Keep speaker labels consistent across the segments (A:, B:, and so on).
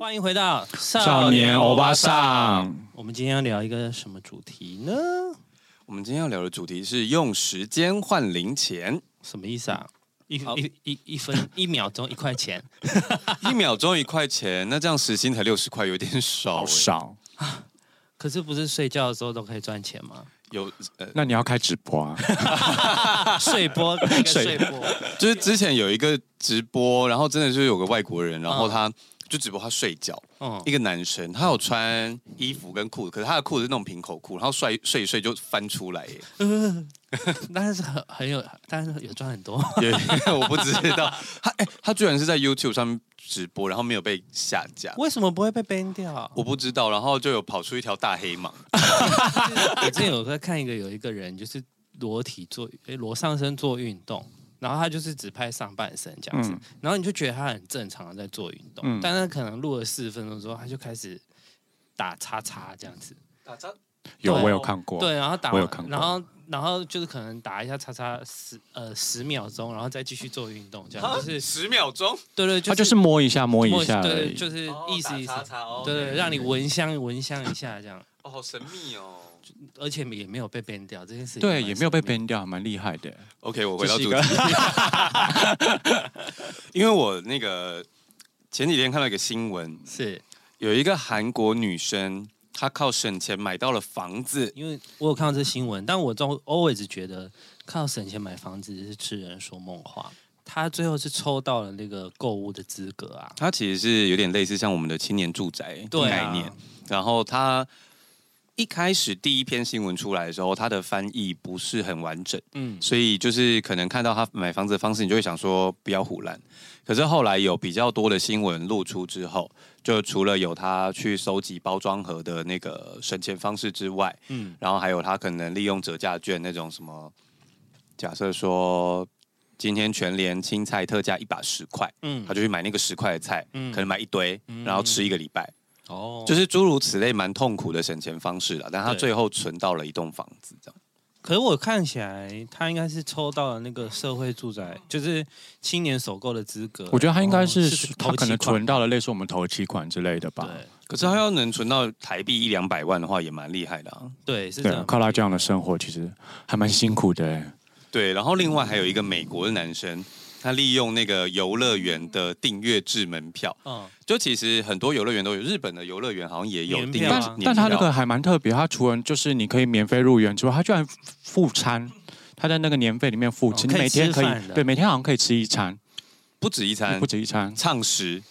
A: 欢迎回到
B: 少年欧巴桑。
A: 我们今天要聊一个什么主题呢？
C: 我们今天要聊的主题是用时间换 零钱，
A: 什么意思啊？一一一一分一秒钟一块钱，
C: 一秒钟一块钱，那这样时薪才六十块，有点少、
B: 好
C: 欸。
B: 少。
A: 可是不是睡觉的时候都可以赚钱吗？
C: 有呃，
B: 那你要开直播啊？
A: 睡波，那个 睡波，
C: 就是之前有一个直播，然后真的就是有个外国人，然后他就直播他睡觉，
A: 嗯
C: 一，个男生，他有穿衣服跟裤子，可是他的裤子是那种平口裤，然后睡睡一睡就翻出来耶，欸
A: 但是很很有，但是有赚很多。
C: 也 我不知道，他哎、他居然是在 YouTube 上面直播，然后没有被下架。
A: 为什么不会被 ban 掉？
C: 我不知道，然后就有跑出一条大黑蟒，
A: 我之前有在看一个，有一个人就是裸体做，诶裸上身做运动，然后他就是只拍上半身这样子，
B: 嗯
A: 然后你就觉得他很正常的在做运动，
B: 嗯
A: 但他可能录了四十分钟之后，他就开始打叉叉这样子，
C: 打针
B: 有，
A: 对
B: 我有看过。
A: 对，然后打
B: 我
A: 完
B: 有看，过
A: 然后然后就是可能打一下叉叉十呃十秒钟，然后再继续做运动，这样就是
C: 十秒钟，
A: 对对，
B: 他就是摸一下，摸一下而已。
A: 对对，就是
C: 哦
A: 意思意思，对对，让你闻香闻香一下这样，
C: 哦，好神秘哦。
A: 而且也没有被 ban 掉这件事情，
B: 对，也没有被。编掉，蛮厉害的。
C: OK，我回到
B: 这是
C: 主
B: 一
C: 题
B: 个，
C: 因为我那个前几天看到一个新闻，
A: 是
C: 有一个韩国女生，她靠省钱买到了房子，
A: 因为我有看到这新闻，但我总 always 觉得靠省钱买房子是痴人说梦话。他最后是抽到了那个购物的资格啊，
C: 它其实是有点类似像我们的青年住宅
A: 对啊
C: 概念。然后她一开始第一篇新闻出来的时候，她的翻译不是很完整，
A: 嗯，
C: 所以就是可能看到她买房子的方式，你就会想说不要胡乱。可是后来有比较多的新闻露出之后，就除了有她去收集包装盒的那个省钱方式之外，
A: 嗯，
C: 然后还有他可能利用折价券那种什么，假设说今天全联青菜特价一把十块，
A: 嗯
C: 他就去买那个十块的菜，
A: 嗯
C: 可能买一堆，然后吃一个礼拜，
A: 哦，
C: 就是诸如此类蛮痛苦的省钱方式了。但他
A: 对
C: 最后存到了一栋房子，这样
A: 可是我看起来他应该是抽到了那个社会住宅，就是青年首购的资格。
B: 我觉得他应该
A: 然
B: 是
A: 后哦是
B: 他
A: 投
B: 可
A: 期
B: 能
A: 款
B: 存到了类似我们头期款之类的吧。
C: 可是他要能存到台币一两百万的话，也蛮厉害的、啊。
A: 对对是这
B: 对，
A: 样。
B: 靠他这样的生活其实还蛮辛苦的欸。
C: 对，然后另外还有一个美国的男生，他利用那个游乐园的订阅制门票，
A: 嗯，
C: 就其实很多游乐园都有，日本的游乐园好像也有
A: 年
C: 订阅
A: 票啊
C: 年
A: 但
C: 票，
B: 但他那个还蛮特别，他除了就是你可以免费入园之外，他居然付餐，他在那个年费里面付
A: 哦
B: 钱，
A: 可以
B: 你每天
A: 吃
B: 可
A: 饭
B: 以
A: 的
B: 对每天好像可以吃一餐，
C: 不止一餐
B: 不，止一餐，
C: 唱时，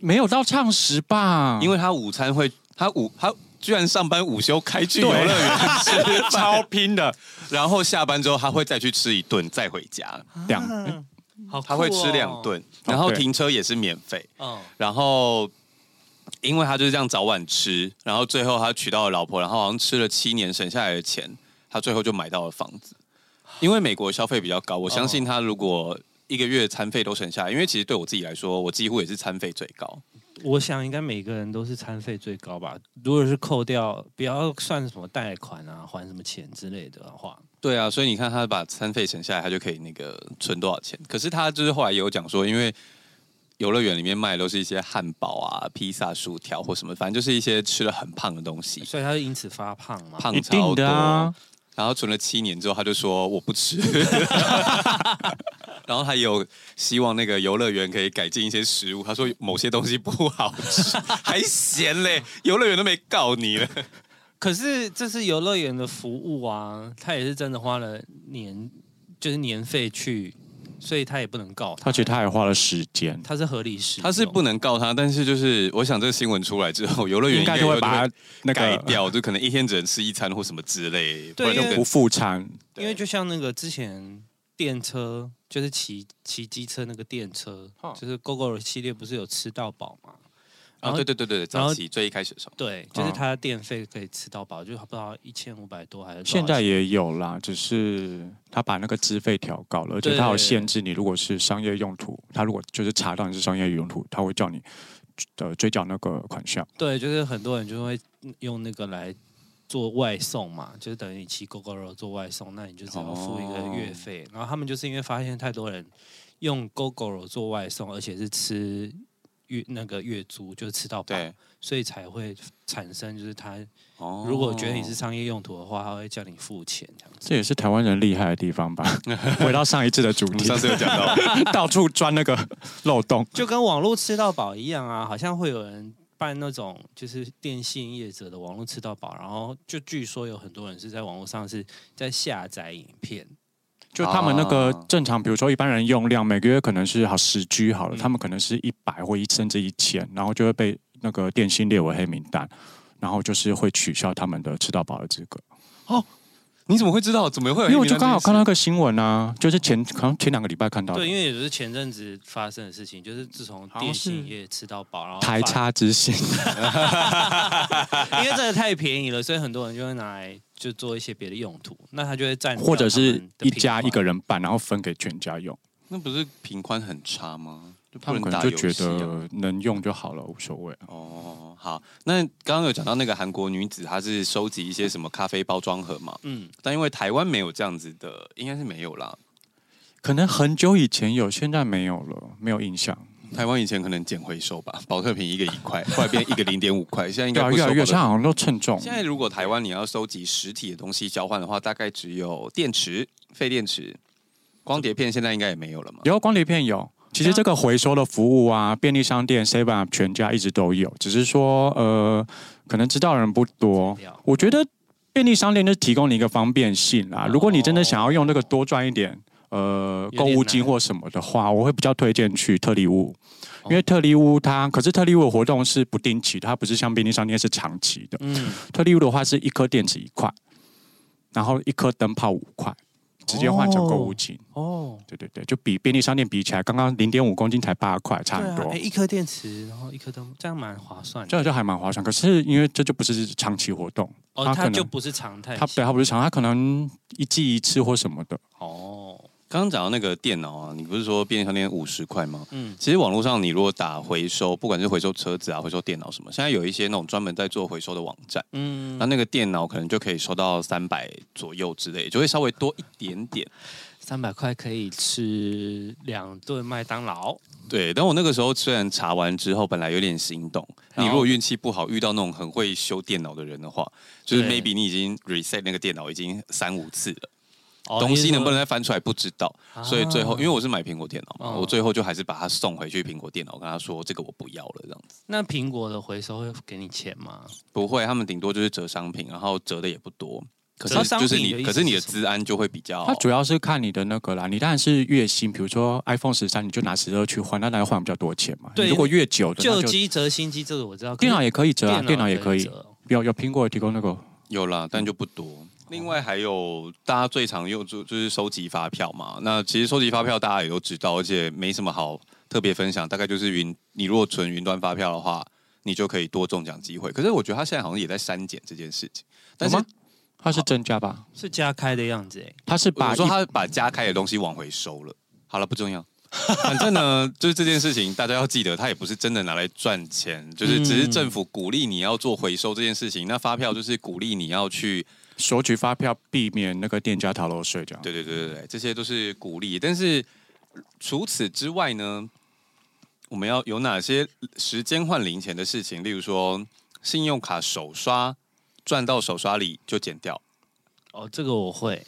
B: 没有到畅食吧？
C: 因为他午餐会，他午他居然上班午休开去游乐园 吃
B: 超
C: 超拼的，然后下班之后他会再去吃一顿，再回家，
B: 两
A: 啊好酷哦
C: 他会吃两。顿，
A: 哦
C: 然后停车也是免费，
A: 嗯，
C: 然后。因为他就是这样早晚吃，然后最后他娶到了老婆，然后好像吃了七年省下来的钱，他最后就买到了房 子。因为美国消费比较
B: 哦
C: 高，我相信他如果一个月餐费都省下来，因为其实对我自己来说，我几乎也是餐费最高。
A: 我想应该每个人都是餐费最高吧。如果是扣掉，不要算什么贷款啊、还什么钱之类的话，
C: 对啊，所以你看他把餐费省下来，他就可以那个存多少钱。可是他就是后来也有讲说，因为游乐园里面卖的都是一些汉堡啊、披萨、薯条或什么，反正就是一些吃了很胖的东西，
A: 所以他就因此发胖嘛。
C: 胖
B: 一
C: 超
B: 定
C: 多。
B: 的啊，
C: 然后存了七年之后，他就说我不 吃。然后他也有希望那个游乐园可以改进一些食物，他说某些东西不好 吃，还咸嘞，游乐园都没告你了。
A: 可是这是游乐园的服务啊，他也是真的花了年，就是年费去，所以他也不能告他
B: 而。且他还花了时间，
A: 他是合理使用，
C: 他是不能告他，但是就是我想这个新闻出来之后，游乐园
B: 应该
C: 就
B: 就会把他那
C: 改
B: 个
C: 掉，就可能一天只能吃一餐或什么之类，不
A: 对
C: 然
A: 因
C: 就
A: 为
B: 不
C: 更
B: 付餐，
C: 对
A: 因为就像那个之前电车，就是骑骑机车那个电车，
B: 哦
A: 就是 GoGo 的系列不是有吃到饱嘛？然
C: 啊，
A: 后
C: 对对对对，
A: 然后
C: 早期最一开始的时候，
A: 对，就是
B: 哦
A: 它的电费可以吃到饱，就不知道一千五百多还是多少
B: 现在也有啦，只是他把那个资费调高了，而且
A: 对
B: 他有限制你，如果是商业用途，他如果就是查到你是商业用途，他会叫你呃追缴那个款项。
A: 对，就是很多人就会用那个来做外送嘛，就是等于你骑 GoGo 肉做外送，那你就只要付一个
C: 哦
A: 月费。然后他们就是因为发现太多人用 GoGo 肉做外送，而且是吃月那个月租，就是吃到饱
C: 对，
A: 所以才会产生就是他
C: 哦
A: 如果觉得你是商业用途的话，他会叫你付钱这样子。
B: 这也是台湾人厉害的地方吧？ 回到上一次的 主
C: 我们
B: 题，
C: 上次有讲 到，
B: 到处钻那个漏洞。
A: 就跟网络吃到饱一样啊，好像会有人办那种就是电信业者的网络吃到饱，然后就据说有很多人是在网络上是在下载影片，
B: 就他们那个
C: 啊
B: 正常，比如说一般人用量，每个月可能是好十 G 好了，
A: 嗯
B: 他们可能是一百或一甚至一千，然后就会被那个电信列为黑名单，然后就是会取消他们的吃到饱的资格。
C: 你怎么会知道？怎么会有
B: 因
C: 移
B: 为
C: 民
B: 我
C: 的这
B: 就
C: 件事？
B: 刚好看到一个新闻啊，就是前好像前两个礼拜看到的
A: 对，因为也就是前阵子发生的事情，就是自从
B: 哦好像
A: 电
B: 是
A: 信业吃到饱，然后
B: 台
A: 发，
B: 差之星，
A: 因为真的太便宜了，所以很多人就会拿来就做一些别的用途，那他就会占
B: 或
A: 掉
B: 者
A: 他
B: 是
A: 们的
B: 一家一
A: 频道
B: 个人办，然后分给全家用，
C: 那不是频宽很差吗？就
B: 他
C: 不
B: 们可
C: 能
B: 能
C: 打
B: 就
C: 游
B: 觉
C: 戏啊。
B: 得能用就好了，无所谓。啊
C: 哦，好，那刚刚有讲到那个韩国女子，她是收集一些什么咖啡包装盒嘛？
A: 嗯，
C: 但因为台湾没有这样子的，应该是没有啦。
B: 可能很久以前有，现在没有了，没有印象。
C: 台湾以前可能捡回收吧，保特瓶一个一块， 后来变一个零点五块，现在应
B: 对
C: 该
B: 啊，
C: 不
B: 越来
C: 收保
B: 越，
C: 特
B: 现在好像都称重。
C: 现在如果台湾你要收集实体的东西交换的话，大概只有电池、废电池、光碟片，现在应该也没有了嘛。
B: 有光碟片有。其实这个回收的服务
A: 嗯
B: 啊，便利商店、Seven、全家一直都有，只是说呃，可能知道的人不多。
A: 掉
B: 我觉得便利商店就提供你一个方便性啦。如果你真的想要用那个多赚一点，呃，
A: 哦有
B: 购
A: 点
B: 物金
A: 难
B: 或什么的话，我会比较推荐去特力屋，
A: 哦
B: 因为特力屋它可是特力屋的活动是不定期的，它不是像便利商店是长期的。
A: 嗯，
B: 特力屋的话是一颗电池一块，然后一颗灯泡五块，直接换成购物金。
A: 哦，
B: 对对对，就比便利商店比起来，刚刚零点五公斤才八块，差
A: 对
B: 很
A: 啊，
B: 多
A: 哎，，一颗电池，然后一颗灯，这样蛮划算
B: 这
A: 的。
B: 就还蛮划算。可是因为这就不是长期活动，
A: 哦，
B: 它可
A: 它
B: 能
A: 就不是常态
B: 它
A: 性，
B: 对它不是长，它可能一季一次或什么的。
A: 哦，
C: 刚刚讲到那个电脑啊，你不是说便利商店五十块吗？
A: 嗯，
C: 其实网络上你如果打回收，不管是回收车子啊、回收电脑什么，现在有一些那种专门在做回收的网站，
A: 嗯
C: 那、，那个电脑可能就可以收到三百左右之类，就会稍微多一点点。
A: 三百块可以吃两顿麦当劳，
C: 对，但我那个时候虽然查完之后，本来有点心动。
A: 然
C: 你
A: 后
C: 如果运气不好，遇到那种很会修电脑的人的话，就是
A: 对
C: maybe 你已经 reset 那个电脑已经三五次了，哦
A: 哦
C: 东西能不能再翻出来不知道。
A: 啊
C: 所以最后，因为我是买苹果电脑嘛，
A: 哦
C: 我最后就还是把它送回去苹果电脑，跟他说这个我不要了，这样子。
A: 那苹果的回收会给你钱吗？
C: 不会，他们顶多就是折商品，然后折的也不多。可
A: 折
C: 是
A: 商
C: 就
A: 品
C: 是
A: 的
C: 你，
A: 意思
C: 可是你的
A: 是什么
C: 治安就会比较
B: 它主要是看你的那个啦，你当然是月薪，比如说 iPhone 十三，你就拿十二去换，那当然换比较多钱嘛。
A: 对
B: 你如果越久的，那
A: 旧
B: 就
A: 机折新机，这个我知道。
B: 电脑
A: 也
B: 也可以折啊，电脑也可以。
A: 折
B: 有有苹果有提供那个，
C: 有啦，
A: 嗯
C: 但就不多。
A: 哦
C: 另外还有大家最常用就就是收集发票嘛。那其实收集发票大家也都知道，而且没什么好特别分享。大概就是云，你如果存云端发票的话，你就可以多中奖机会。可是我觉得他现在好像也在删减这件事情。但是
B: 有吗它是增加吧？
A: 是加开的样子哎，
B: 它是把
C: 我说
B: 一
C: 他把加开的东西往回收了。好了，不重要。 反正呢，就是这件事情，大家要记得，它也不是真的拿来赚钱，就是只
B: 嗯
C: 是政府鼓励你要做回收这件事情。那发票就是鼓励你要去
B: 索取发票，避免那个店家逃漏税这样。
C: 对对对对对，这些都是鼓励。但是除此之外呢，我们要有哪些时间换零钱的事情？例如说，信用卡首刷赚到手刷里就减掉。
A: 哦，这个我会，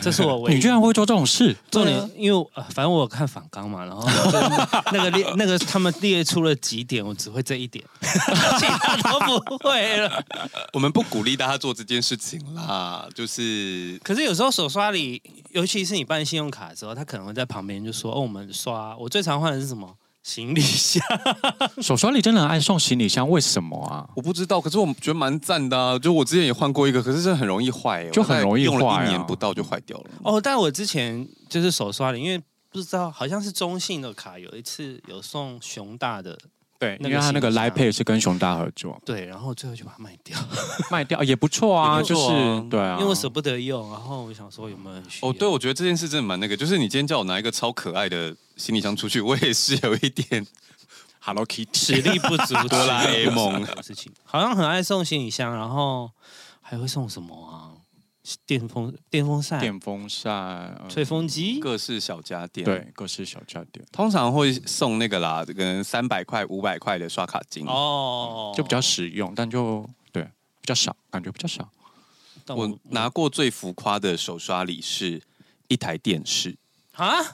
A: 这是 我唯
B: 你
A: 一
B: 居。然会做这种事？
A: 重
C: 啊
A: 点，因为我、呃、反正我有看反纲嘛，然后就 那个列那个他们列出了几点，我只会这一点， 其他都不会了。
C: 我们不鼓励大家做这件事情啦，就是
A: 可是有时候手刷里，尤其是你办信用卡的时候，他可能会在旁边就说：“哦，我们刷。”我最常换的是什么？行李 箱。
B: 手刷里真的很爱送行李箱，为什么啊？
C: 我不知道，可是我觉得蛮赞的、啊。就我之前也换过一个，可是这很容易坏、欸，
B: 就很容易
C: 我大概用
B: 坏啊
C: 了一年不到就坏掉了。
A: 哦，但我之前就是手刷里，因为不知道好像是中信的卡，有一次有送熊大的，
B: 对
A: 那个
B: 因为他那
A: 行
B: 个
A: 李
B: Line
A: 箱
B: Pay 是跟熊大合作，
A: 对，然后最后就把它卖掉，
B: 卖掉也不错啊，
C: 也不
B: 就
C: 错啊
B: 是对啊，
A: 因为我舍不得用，然后我想说有没有人需要？
C: 哦，对，，我觉得这件事真的蛮那个，就是你今天叫我拿一个超可爱的行李箱出去，我也是有一点
B: Hello Kitty
A: 实力不足，
C: 哆啦 A 梦
A: 事情，好像很爱送行李箱，然后还会送什么啊？电风电风扇、
B: 电风扇、呃
A: 吹风机，
C: 各式小家电。，
B: 对，各式小家电，
C: 通常会送那个啦，可能三百块、五百块的刷卡金。哦，
A: 哦，
B: 就比较实用，但就对比较少，感觉比较少。
A: 但我
C: 我拿过最浮夸的手刷礼是一台电视，
A: 啊，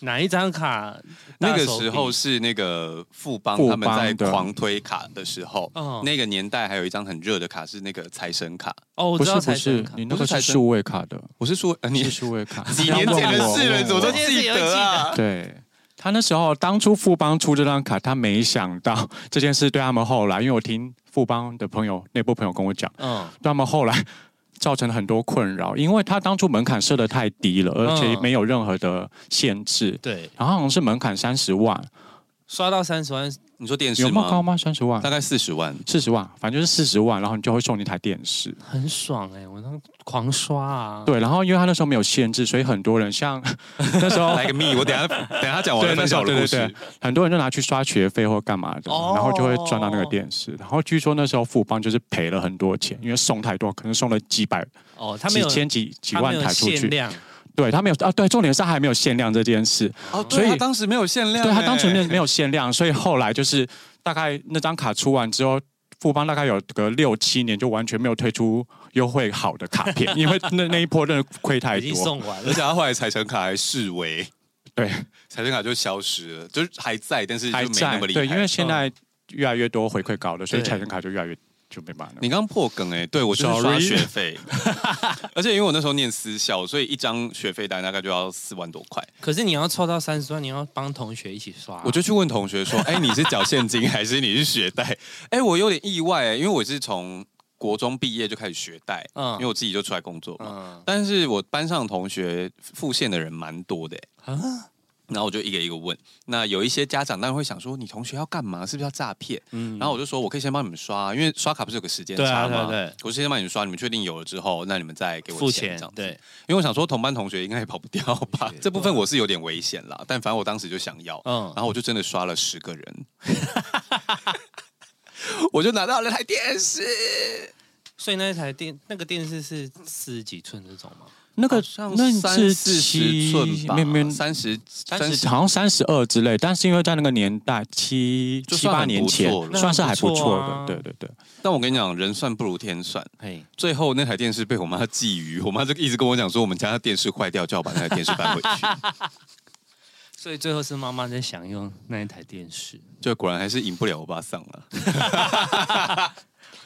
A: 哪一张卡？
C: 那个
A: 大手笔
C: 时候，是那个富邦
B: 富
C: 他
B: 邦
C: 们在
B: 的
C: 狂推卡的时候。
A: 嗯，
C: 那个年代还有一张很热的卡是那个财神卡，
A: 哦，我
B: 不
A: 知
B: 是
A: 道
B: 不
A: 财神
B: 是
A: 卡，，
B: 你那
C: 不
B: 个
C: 是财
B: 是
C: 神
B: 数位卡的，
C: 我是说，呃、
B: 你
C: 你
B: 是数位卡，
C: 几年前的事了，你怎么都
A: 这件事
C: 记
A: 也会记
C: 得啊
A: 得？
B: 对他那时候当初富邦出这张卡，他没想到这件事对他们后来，因为我听富邦的朋友内部朋友跟我讲，
A: 嗯，
B: 对他们后来造成很多困扰，因为他当初门槛设的太低了，而且
A: 嗯
B: 没有任何的限制，
A: 对，
B: 然后好像是门槛三十万，
A: 刷到三十万，
C: 你说电视
B: 有那么高
C: 吗？
B: 吗？三十万
C: 大。概四十万，
B: 四十万，反正就是四十万，然后你就会送你一台电视。
A: 很爽哎、我那狂刷啊，
B: 对，然后因为他那时候没有限制，所以很多人像 那时候
C: 来个密，我等一下等一下讲完
B: 对
C: 了分享我的
B: 那
C: 故
B: 时候对
C: 事。
B: 很多人就拿去刷学费或干嘛的，
A: 哦
B: 然后就会赚到那个电视。然后据说那时候富邦就是赔了很多钱，因为送太多，可能送了几百、
A: 哦，他没
B: 几
A: 有
B: 千、几几
A: 他没
B: 万
A: 有
B: 台出
A: 限
B: 去。
A: 量，
B: 对他没有啊，对，重点是他还没有限量这件事，
C: 哦，
B: 所以
C: 对，他当时没有限量欸，
B: 对他当初没有没有限量，所以后来就是大概那张卡出完之后。富邦大概有个六七年就完全没有推出优惠好的卡片， 因为那那一波真的亏太
A: 已经
B: 多。
A: 送完
C: 而
A: 了，
C: 且他后来财神卡还视为，
B: 对，
C: 财神卡就消失了，就是还在，但是就
B: 还
C: 没那
B: 在
C: 么厉害。
B: 对，因为现
A: 嗯
B: 在越来越多回馈高了，所以
A: 对
B: 彩券卡就越来越就没办法了。
C: 你刚刚破梗哎、对我就是刷
B: Sorry
C: 学费， 而且因为我那时候念私校，所以一张学费单大概就要四万多块。
A: 可是你要凑到三十万，你要帮同学一起刷，
C: 我就去问同 学说：“哎、你是缴现金还是你是学贷？”哎、我有点意外、欸，因为我是从国中毕业就开始学贷，
A: 嗯
C: 因为我自己就出来工作嘛。
A: 嗯
C: 但是我班上同学付现的人蛮多的、欸，
A: 啊
C: 然后我就一个一个问。那有一些家长当然会想说：“你同学要干嘛？是不是要诈骗？”
A: 嗯
C: 然后我就说：“我可以先帮你们刷啊，因为刷卡不是有个时间
A: 对啊
C: 差吗？
A: 对对
C: 我先帮你们刷，你们确定有了之后，那你们再给我
A: 付
C: 钱
A: 钱
C: 这样，子。
A: 对，
C: 因为我想说同班同学应该也跑不掉
A: 对，
C: 吧
A: 啊
C: 这部分我是有点危险啦。但反正我当时就想要，
A: 嗯
C: 然，后我就真的刷了十个人， 我就拿到了台电视，
A: 所以那台电那个电视是四十几寸这种吗？
B: 那
C: 好
B: 个
C: 像
B: 那
C: 三
B: 是
C: 四
B: 七
C: 十寸吧
B: 没有没有，
C: 三十
B: 三
C: 三
B: 十
C: 十。
B: 好像三十二之类，但是因为在那个年代七
C: 就
B: 七
C: 算
B: 八
C: 很
B: 年
C: 不
B: 前
C: 错了，
B: 算是还
A: 那
B: 不错
A: 很不错啊
B: 的，对对对，
C: 但我跟你讲，人算不如天算，
A: 嘿，
C: 最后那台电视被我妈觊觎，我妈就一直跟我讲说，我们家的电视坏掉，叫我把那台电视搬回 去。
A: 所以最后是妈妈在享用那一台电视。
C: 就果然还是赢不了欧巴桑了。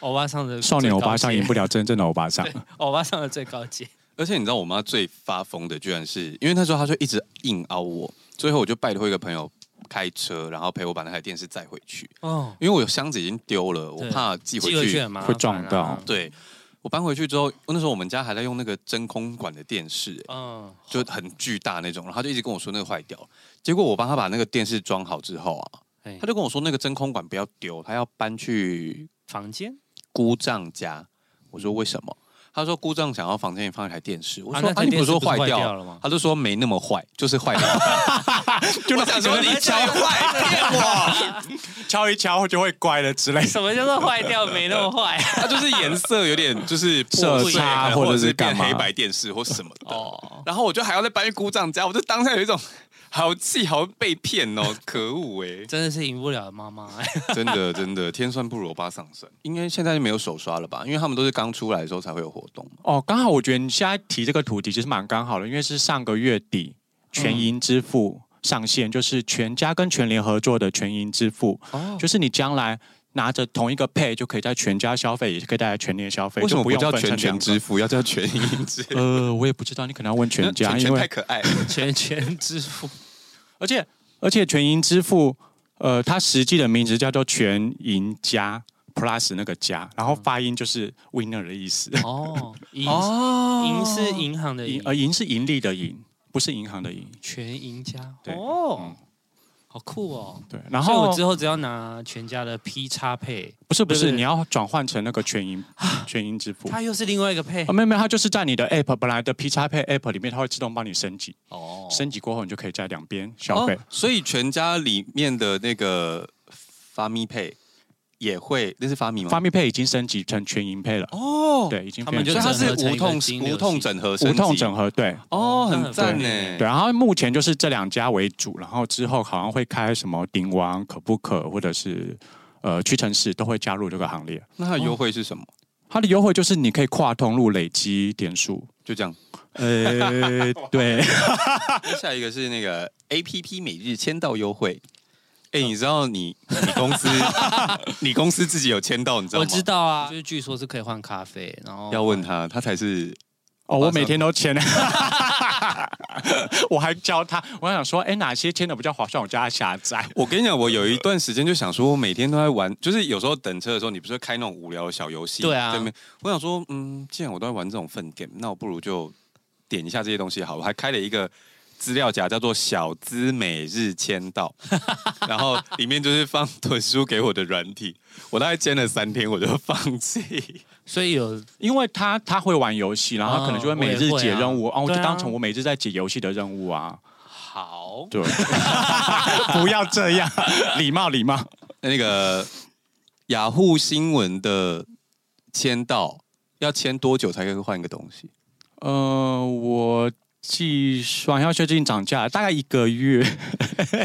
A: 欧巴桑的
B: 少年欧巴桑
A: 上
B: 赢不了真正的欧巴桑，
A: 欧巴桑的最高阶。
C: 而且你知道我妈最发疯的，居然是因为那时候她就一直硬凹我，最后我就拜托一个朋友开车，然后陪我把那台电视载回去，
A: 哦，
C: 因为我有箱子已经丢了，我
A: 对
C: 怕寄回
A: 寄回
C: 去。
A: 去很麻烦啊
B: 会撞到
C: 对，我搬回去之后，那时候我们家还在用那个真空管的电视、欸
A: 嗯，
C: 就很巨大那种，然后她就一直跟我说那个坏掉了。结果我帮她把那个电视装好之后啊，
A: 嘿
C: 她就跟我说那个真空管不要丢，她要搬去
A: 房间
C: 姑丈家。我说为什么？她说姑丈想要房间里放一台电视。我
A: 啊
C: 说
A: 那台
C: 啊你不
A: 电
C: 是
A: 视
C: 说
A: 不是坏
C: 掉
A: 掉了吗
C: 她就说没那么坏，就是坏 了。
B: 就
C: 我想说你教坏骗我，
B: 敲一敲就会乖了之类。
A: 什么叫做坏掉？没那么坏
C: 它就是颜色有点就是破
B: 色
C: 碎
B: 差
C: 或
B: 或者
C: 者
B: 是
C: 变
B: 干嘛
C: 黑白电视或什么 的。
A: 哦。
C: 然后我就还要再搬去姑丈家，我就当下有一种 好气，好被骗 哦，可恶哎、
A: 真的是赢不了妈妈、
C: 真的真的，天算不如我爸上身。应该现在就没有手刷了吧？因为他们都是刚出来的时候才会有活动嘛。
B: 哦，刚好我觉得你现在提这个主题其实蛮刚好的，因为是上个月底全银支付上线，就是全家跟全联合作的全银支付，
C: 哦，
B: 就是你将来拿着同一个 Pay 就可以在全家消费，也可以在全联消费，
C: 为什么
B: 就
C: 不
B: 用
C: 叫
B: 分成
C: 全全
B: 两个
C: 支付，要叫全 银支付？
B: 呃，我也不知道，你可能要问全家，
C: 全
B: 因
C: 全太
B: 为
C: 可爱了。
A: 全权支付，
B: 而且而且全银支付，呃，它实际的名字叫做全银加 Plus 那个加，然后发音就是 winner 的意思，
A: 哦，哎银
C: 哦
A: 银是银行的
B: 银
A: 银，
B: 而银呃是盈利的银，不是银行的银。
A: 全赢家
B: 对
A: 哦，好酷哦！
B: 对，然
A: 所以
B: 后
A: 我之后只要拿全家的 P 叉配，
B: 不是不
A: 对
B: 是，
A: 对对啊
B: 你要转换成那个全银全银支付。
A: 它又是另外一个配
B: 啊，没有没有，它就是在你的 App 本来的 P 叉配 App 里面，它会自动帮你升级，
A: 哦
B: 升级过后你就可以在两边消费
C: 哦。所以全家里面的那个发咪配也会，那是发明吗？
B: 发密配已经升级成全银配了，
C: 哦，，
B: 对，已经
A: 他
B: 变
A: 们就
C: 所
B: 成
C: 以它
A: 整
C: 是
A: 合成
C: 无
A: 一个
C: 痛
A: 金流
C: 无痛
A: 系
C: 整合，
B: 无痛整合，对
C: 哦，
A: 那
C: 很
A: 很
C: 赞
A: 棒
C: 呢。
B: 对。然后目前就是这两家为主，然后之后好像会开什么鼎王、可不可或者是呃屈臣氏都会加入这个行列。
C: 那它的优惠是什么？
B: 它的优惠就是你可以跨通路累积点数，
C: 就这样。
B: 呃，对，
C: 那下一个是那个 A P P 每日签到优惠。哎、你知道你你公司 你公司自己有签到，你知道
A: 我
C: 吗？
A: 知道啊，就是据说是可以换咖啡，然后
C: 要问他，他才是
B: 哦，我每天都签，我还教他，我还想说，哎，哪些签的比较划算，我叫他下载。
C: 我跟你讲，我有一段时间就想说，我每天都在玩，就是有时候等车的时候，你不是会开那种无聊的小游戏？
A: 对啊
C: 那边我想说，嗯，既然我都在玩这种粪 game，那我不如就点一下这些东西好了。我还开了一个资料夹，叫做“小资每日 签到”，然后里面就是放 屯叔给我的软体。我大概签了三天，我就放弃。
A: 所以有
B: 因为他他会玩游戏，然后他可能就会每日解任务，
A: 哦我也会啊
B: 哦，我就
A: 对啊
B: 当成我每日在解游戏的任务啊。
A: 好
B: 对，不要这样，礼貌礼貌。
C: 那个雅虎新闻的签到要签多久才可以换一个东西？
B: 呃，我计算要最近涨价，大概一个月，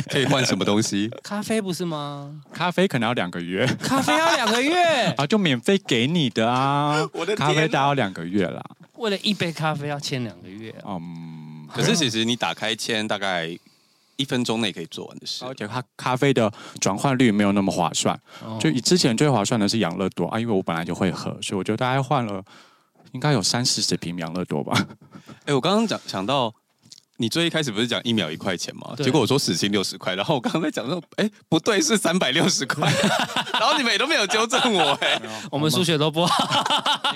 C: 可以换什么东 西？
A: 咖啡不是吗？
B: 咖啡可能要两个月
A: 咖啡要两个月，
B: 啊，就免费给你的啊。
C: 我的
B: 咖啡
C: 天
B: 大概要两个月啦，
A: 为了一杯咖啡要签两个月啊、
B: 嗯，
C: 可是其实你打开签大概一分钟内可以做完的事。
B: 而且它咖啡的转换率没有那么划算，
A: 哦
B: 就以之前最划算的是养乐多啊，因为我本来就会喝，所以我就大概换了应该有三四十瓶养乐多吧。
C: 哎、我刚刚讲想到，你最一开始不是讲一秒一块钱吗？
A: 对
C: 结果我说时薪六十块，然后我刚刚在讲说，哎、不对，是三百六十块， 然后你们也都没有纠正我、哎，
A: 我们数学都不好。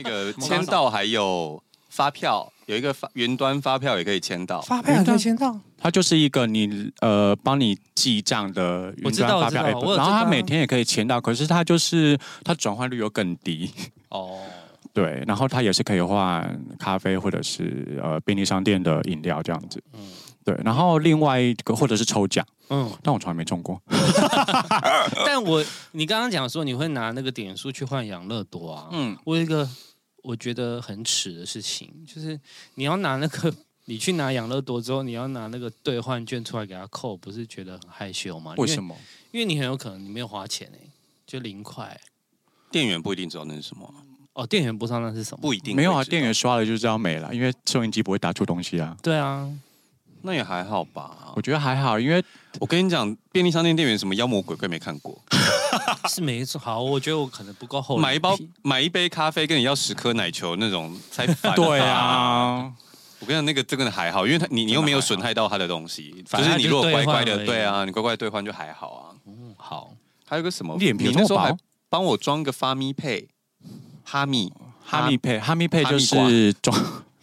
C: 那个签到还有发票，有一个发云端发票也可以签到。
A: 发
B: 票还可以
A: 签到，
B: 它就是一个你呃帮你记账的云
A: 我知道
B: 端发
A: 我知
B: 票
A: 道我
B: app，
A: 有
B: 然后它
A: 这个啊
B: 每天也可以签到，可是它就是它转换率又更低，
A: 哦，
B: 对，然后它也是可以换咖啡或者是呃便利商店的饮料这样子，
A: 嗯
B: 对，然后另外一个或者是抽奖，
A: 嗯，
B: 但我从来没中过，
A: 但我你刚刚讲说你会拿那个点数去换养乐多啊，
C: 嗯，
A: 我有一个我觉得很耻的事情，就是你要拿那个。你去拿养乐多之后，你要拿那个兑换券出来给他扣，不是觉得很害羞吗？
B: 为什
A: 么？
B: 么？
A: 因为你很有可能你没有花钱哎、就零块
C: 店员不一定知道那是什么，
A: 哦，店员不知道那是什么。
C: 不一定
B: 没有
C: 会
B: 啊，
C: 知道
B: 店员刷了就知道没了，因为收音机不会打出东西啊。
A: 对啊，
C: 那也还好吧
B: 我。觉得还好，因为
C: 我跟你讲，便利商店店员什么妖魔鬼怪没看过，
A: 是没错。好，我觉得我可能不够厚脸皮。
C: 买一包买一杯咖啡跟你要十颗奶球那种才烦。
B: 对。啊，
C: 我跟你讲，那个真的还好，因为他你你又没有损害到他的东西，就是你如果乖
A: 反正他就兑
C: 乖
A: 换而
C: 的，
A: 已
C: 对啊，你乖乖兑换就还好啊。
A: 嗯，好，
C: 还有个什么
B: 脸皮
C: 你
B: 有
C: 那
B: 这
C: 时
B: 么
C: 候
B: 薄
C: 还帮我装个发咪配，哈密
B: 哈密配，哈密配
C: 哈
B: 就
C: 密瓜
B: 是中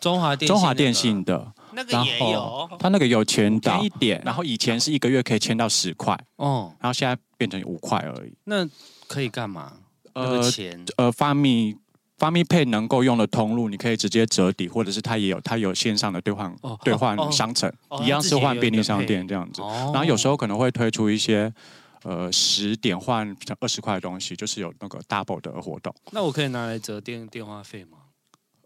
A: 中华电信
B: 中华
A: 那个
B: 电信的，
A: 那个
B: 然
A: 也
B: 后
A: 有，
B: 他那个有签到
A: 便宜
B: 一点，然后以前是一个月可以签到十块，
A: 哦，
B: 然后现在变成五块而已。
A: 那可以干嘛？那
B: 呃
A: 个钱
B: 呃，发密发密配能够用的通路，你可以直接折抵，或者是它也有它有线上的兑换
A: 哦
B: 兑换
A: 哦
B: 商城，
A: 哦
B: 一样是换便利商
A: 它自己也有
B: 店这样子。
A: 哦
B: 然后有时候可能会推出一些。呃，十点换二十块的东西，就是有那个 double 的活动。
A: 那我可以拿来折电电话费吗？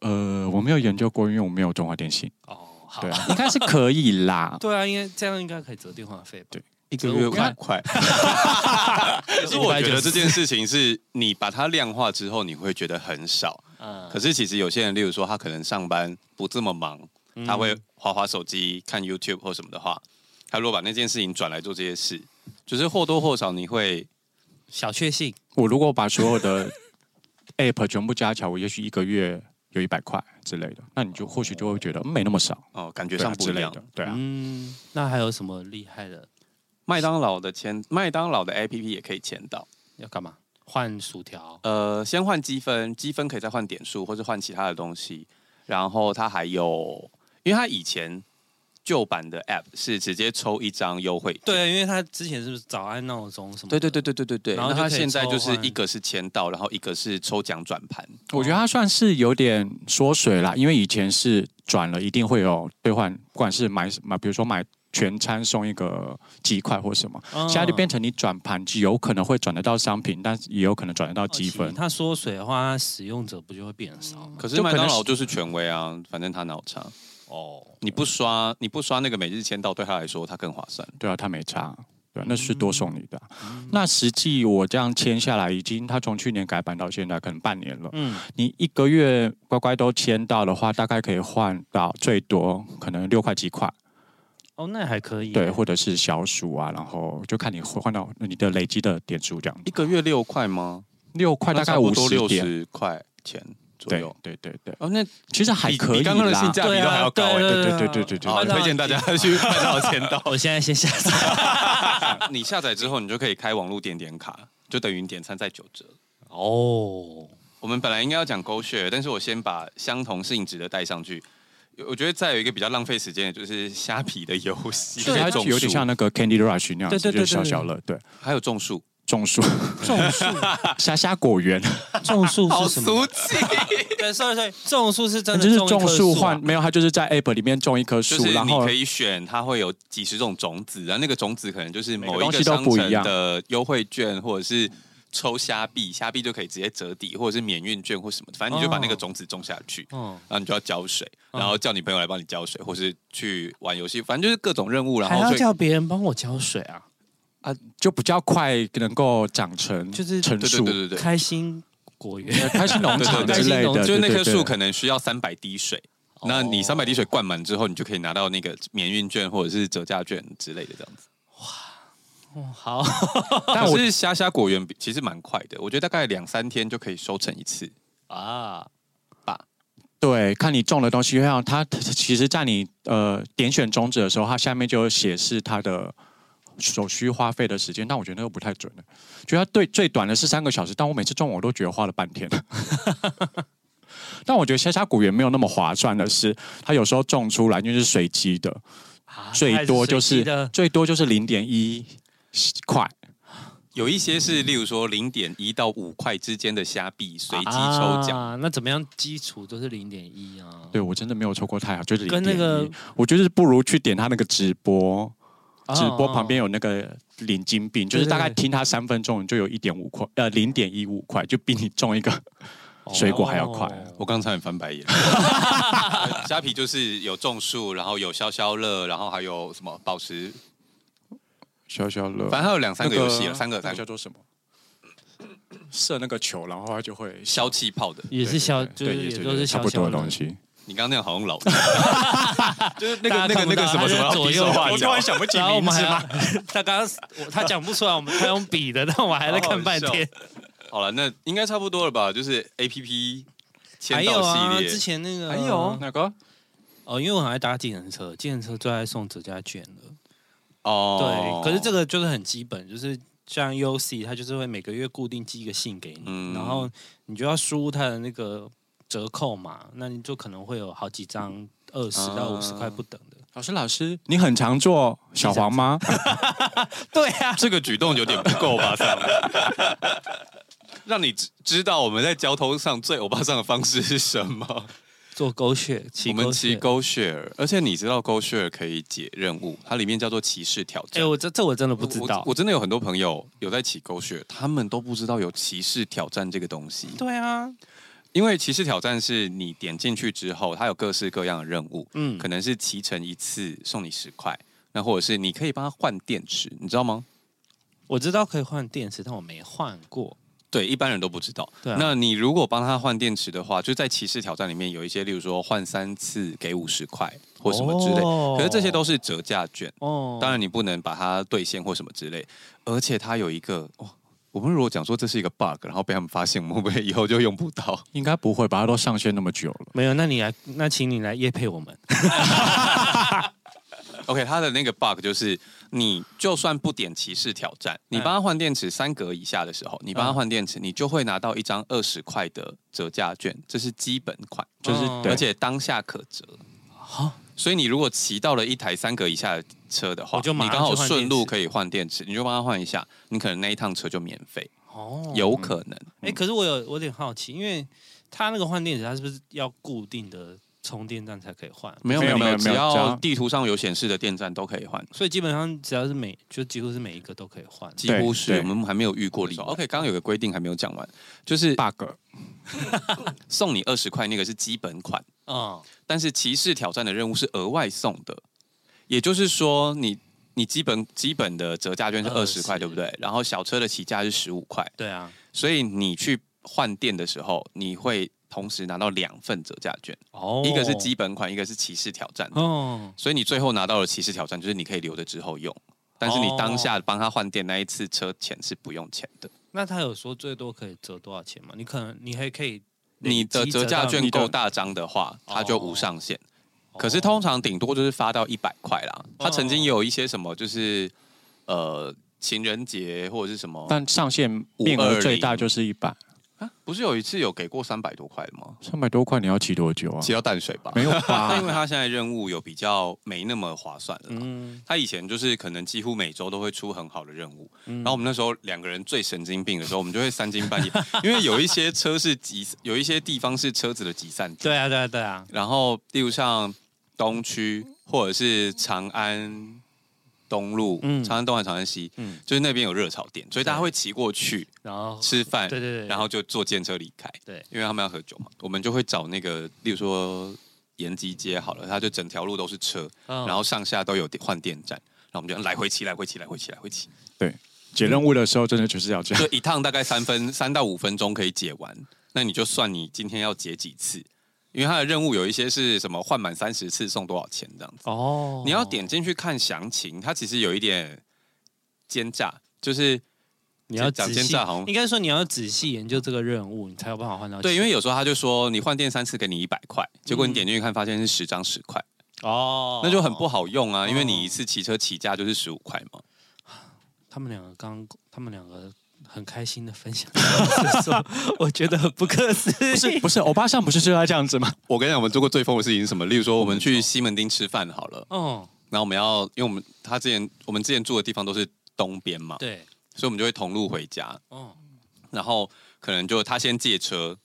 B: 呃，我没有研究过，因为我没有中华电信。
A: 哦，好。
B: 对，，啊，应该是可以啦
A: 对啊，因为这样应该可以折电话费吧？
B: 对
C: 一
A: 个月
B: 五
C: 块。
A: 可
C: 可是我觉得这件事情是你把它量化之后，你会觉得很少。
A: 嗯
C: 可是其实有些人，例如说他可能上班不这么忙，
A: 嗯
C: 他会划划手机、看 YouTube 或什么的话，他如果把那件事情转来做这些事，就是或多或少你会
A: 小确幸，
B: 我如果把所有的 app 全部加起来，我也许一个月有一百块之类的，那你就或许就会觉得嗯没那么少，
C: 哦感觉
B: 对
C: 上
B: 啊
C: 不
B: 之
C: 一
B: 类
C: 样。
B: 的，对啊。
A: 嗯，那还有什么厉害的
C: 麦当劳的签，麦当劳的 APP 也可以签到。
A: 要干嘛？换薯条，
C: 呃，先换积分，积分可以再换点数，或是换其他的东西。然后它还有，因为它以前旧版的 App 是直接抽一张优惠，
A: 对，啊因为他之前是不是早安闹钟什么？
C: 对对对，对对对对。
A: 哦然后
C: 那它
A: 就可以
C: 现在就是
A: 抽换
C: 一个是签到，然后一个是抽奖转盘。
B: 我觉
A: 哦
B: 得它算是有点缩水啦，因为以前是转了一定会有兑换，不管是买买，比如说买全餐送一个鸡块或什么，
A: 嗯
B: 现在就变成你转盘有可能会转得到商品，但是也有可能转得到积分。嗯
A: 它缩水的话，它使用者不就会变少吗？
C: 可是
B: 就可
C: 麦
B: 能
C: 当劳
B: 是
C: 就是权威啊，反正他脑残，
A: 哦，
C: 你不刷你不刷那个每日签到，对他来说他更划算。
B: 对啊，他没差。对、啊，那是多送你的啊、
A: 嗯
B: 那实际我这样签下来，已经他从去年改版到现在，可能半年了。
A: 嗯，
B: 你一个月乖乖都签到的话，大概可以换到最多可能六块几块，
A: 哦，那还可以。
B: 对，，或者是小数啊，然后就看你会换到你的累积的点数这样。
C: 一个月六块吗？
B: 六块大
C: 那
B: 概
C: 差不
B: 五
C: 多
B: 十
C: 六
B: 点，
C: 十块钱左
B: 对
C: 右。
B: 对对对，
C: 哦，那
B: 其实还
C: 比
B: 可以
C: 比刚刚的
B: 啦
C: 性价比
A: 对
C: 都还
A: 啊，
C: 要高哎、
A: 对
B: 对对对对对
C: 好，推荐大家。去麦当劳签到。
A: 我现在先下载。
C: 你下载之后，你就可以开网络点点卡，就等于你点餐再九折。
A: 哦，
C: 我们本来应该要讲 Go Share，但是我先把相同性质的带上去。有我觉得再有一个比较浪费时间，的就是虾皮的游戏，
B: 就是它
C: 种
B: 有点像
C: 树，
B: 那个 Candy Rush 那样
A: 对
B: 子，
A: 对对
B: 就是小
A: 对对
B: 小乐，对，
C: 还有种树，
B: 种树，
A: 种树，
B: 虾虾果园，
A: 种树
C: 好
A: 是什么
C: 俗？气。
A: 对，sorry sorry，种树是真的
B: 就是
A: 一棵
B: 种树
A: 啊
B: 换没有，它就是在 App 里面种一棵
C: 就是
B: 树，然
C: 你
B: 后
C: 可以选，它会有几十种种子，然后那个种子可能就是某
B: 每个
C: 一
B: 东
C: 个
B: 西都
C: 商
B: 不
C: 城
B: 一样
C: 的优惠券，或者是抽虾币，虾币就可以直接折抵，或者是免运券或什么的，反正你就把那个
A: 哦
C: 种子种下去。
A: 嗯，
C: 然后你就要浇水，
A: 嗯
C: 然后叫你朋友来帮你浇水，或是去玩游戏，反正就是各种任务。然
A: 还
C: 后
A: 要
C: 所以
A: 叫别人帮我浇水啊，
B: 就比较快能够长成，
A: 就是
B: 成
C: 对
B: 熟
C: 对，对对对，
A: 开心果园。
B: 呃开心农场
C: 对对对
B: 之类
A: 开心农
B: 的，
C: 就是那棵
B: 对对对
C: 树可能需要三百滴水，那你三百滴水灌满之后，你就可以拿到那个免运券或者是折价券之类的这样子。
A: 哦好，
C: 但
B: 但
C: 我
B: 我
C: 是虾虾果园比其实蛮快的，我觉得大概两三天就可以收成一次。
A: 啊，
B: 对，看你种的东西，就像它其实，在你呃点选种子的时候，它下面就有显示它的所需花费的时间，但我觉得那个不太准了。觉得它最最短的是三个小时，但我每次种我都觉得花了半天。 但我觉得虾虾果园没有那么划算的是，它有时候种出来因为是随机的，
A: 啊
B: 最多就
A: 还随机
B: 是
A: 的
B: 最多就是零点一块，
C: 有一些是，例如说零点一到五块之间的虾币随机抽奖，
A: 啊那怎么样？基础都是零点一啊，
B: 对我真的没有抽过太好，就是
A: 跟
B: 零
A: 那
B: 点
A: 个
B: 一。我就是不如去点他那个直播，
A: 哦
B: 直播旁边有那个领金币，就是大概
A: 对对
B: 听他三分钟，你就有一点五块，呃，零点一五块，就比你中一 个
A: 哦
B: 水果还要快。
C: 我
A: 我
C: 刚才很翻白 眼。虾皮就是有种树，然后有消消乐，然后还有什么宝石，
B: 消消乐
C: 反正还有两三嗯个游戏啊了，三个
B: 那
C: 三
B: 叫
C: 个
B: 做什么？射那个球，然后它就会
C: 消气泡的。
A: 也是消，就是
B: 对对
A: 也
B: 对
A: 都是
B: 差
A: 消
B: 不多
A: 消
B: 的
A: 乐
B: 东。西。
C: 你刚刚那样好像老，就是那
A: 大
C: 个
A: 家看
C: 那个
A: 不
C: 那
A: 到
C: 个什么什么
A: 他就
C: 比
A: 是
C: 手
A: 左右
C: 画
A: 我
C: 脚，
B: 想不
A: 然后我们还要， 他刚刚我他讲不出来，我们他用笔的，但我还在看半天。
C: 好了，那应该差不多了吧？就是 A P P
A: 还
C: 签
A: 有
C: 到
A: 啊，
C: 系
A: 之
C: 列，
A: 前那个
B: 还有哪个？
A: 哦，因为我很爱搭计程车，计程车最爱送折价券了。
C: 哦
A: 对，可是这
C: 个
A: 个就是很基本，就是像 UC，它就是会每个月固定寄一个信给你，
C: 嗯
A: 然后你就要输入它的那个折扣码，那你就可能会有好几张二十到五十块不等的。
B: 老师，老师，你很常做小黄吗？
A: 对啊，
C: 这个举动有点不够 吧？上，让你知知道我们在交通上最欧巴桑的方式是什么？
A: 做狗血，骑
C: 我们
A: 狗
C: 骑
A: 血。
C: Go Share，而且你知道 Go Share 可以解任务，它里面叫做骑士挑
A: 哎、
C: 战。
A: 我这这我真的不知道
C: 我，。我真的有很多朋友有在骑 Go Share，他们都不知道有骑士挑战这个东西。
A: 对啊，
C: 因为骑士挑战是你点进去之后，它有各式各样的任务，
A: 嗯
C: 可，能是骑乘一次送你十块，那或者是你可以帮他换电池，你知道吗？
A: 我知道可以换电池，但我没换过。
C: 对，一般人都不知道。
A: 对啊
C: 那你如果帮他换电池的话，就在骑士挑战里面有一些，例如说换三次给五十块或什么之类，
A: 哦
C: 可是这些都是折价券，
A: 哦，
C: 当然你不能把它兑现或什么之类。而且它有一个哇，我们如果讲说这是一个 bug，然后被他们发现，我们会不会以后就用不到？
B: 应该不会吧？它都上线那么久了。
A: 没有。那你来，那请你来夜配我们。
C: 哦 OK，它的那个 bug 就是，你就算不点骑士挑战，你帮他换电池三格以下的时候，你
A: 嗯
C: 帮他换电池，你就会拿到一张二十块的折价券，这是基本款，
B: 就是
A: 哦
B: 对
C: 而且当下可折。
A: 好，
C: 所以你如果骑到了一台三格以下的车的话，
A: 我就
C: 你
A: 马上
C: 刚好
A: 去换
C: 顺路
A: 电池
C: 可以换电池，你就帮他换一下，你可能那一趟车就免费，
A: 哦，
C: 有可能。
A: 哎、可是我有我有点好奇，因为它那个换电池，它是不是要固定的充电站才可以换，
C: 没有
B: 没有
C: 有
B: 没有
C: 有，
B: 没
C: 只
B: 有只
C: 要
B: 要
C: 地图上有显示的电站都可以换，
A: 所以基本上只要是每就几乎是每一个都可以换。
C: 几乎是
B: 对
C: 我们还没有遇过例外。OK，刚刚有个规定还没有讲完，就是把
B: bug
C: 送你二十块那个是基本款，
A: 嗯，
C: 但是骑士挑战的任务是额外送的，也就是说你你基本基本的折价券是二十
A: 20
C: 块，对不对？然后小车的起价是十五块，
A: 对啊，
C: 所以你去换电的时候，你会同时拿到两份折价券，
A: 哦，
C: 一个是基本款，一个是骑士挑战
B: 嗯
C: 的。
A: 哦，
C: 所以你最后拿到了骑士挑战，就是你可以留着之后用，但是你当下帮他换电那一次车钱是不用钱
B: 哦
C: 的。
A: 那他有说最多可以折多少钱吗？你可能你还可以
C: 你的折价券
A: 累积折到
C: 够大张的话，
A: 哦
C: 它就无上限。
A: 哦
C: 可是通常顶多就是发到一百块啦。
B: 哦
C: 它曾经有一些什么，就是呃情人节或者是什么，
B: 但上限面额最大就是一百，
C: 啊不是有一次有给过三百多块的吗？
B: 三百多块你要骑多久啊？
C: 骑到淡水吧。
B: 嗯没有
C: 但 因为
B: 吧？
C: 它现在任务有比较没那么划算了啦。
A: 啊嗯，
C: 他以前就是可能几乎每周都会出很好的任务，
A: 嗯
C: 然后我们那时候两个人最神经病的时候，我们就会三 更半夜，因为有一些车是集，有一些地方是车子的集散地，
A: 对啊对啊对啊，
C: 然后例如像东区或者是长安东路，
A: 嗯
C: 长安东还是长安西，
A: 嗯
C: 就是那边有热炒店，所以大家会骑过去
A: 然后
C: 吃饭，
A: 对对对，
C: 然后就坐电车离开，
A: 对，
C: 因为他们要喝酒嘛，我们就会找那个，例如说延吉街好了，它就整条路都是车，
A: 嗯
C: 然后上下都有电换电站，然后我们就来回骑，来回骑，来回骑，来回骑，
B: 解任务的时候真的就是要这样，
C: 就一趟大概三分三到五分钟可以解完。那你就算你今天要解几次，因为它的任务有一些是什么换满三十次送多少钱这样子，
A: 哦，
C: 你要点进去看详情，它其实有一点奸诈，就是
A: 你要
C: 讲
A: 仔
C: 奸
A: 细
C: 诈好像
A: 应该说你要仔细研究这个任务，你才有办法换到
C: 对，因
A: 为
C: 为有时候他就说你换电三次给你一百块，结果你点进去看发现是十张十块，
A: 哦，
C: 那就很不。好用啊，因为
A: 哦
C: 你一次骑车起价就是十五块嘛。
A: 他们两个刚，他们两个很开心的分享是说，我觉得很不可思议。
B: 不是欧巴桑不是就要这样子吗？
C: 我跟你讲，我们做过最疯的事情是什么？例如说，我们去西门町吃饭好了，
A: 哦，
C: 然后我们要，因为我们他之前我们之前住的地方都是东边嘛，
A: 对，
C: 所以我们就会同路回家，
A: 哦，
C: 然后可能就他先借车。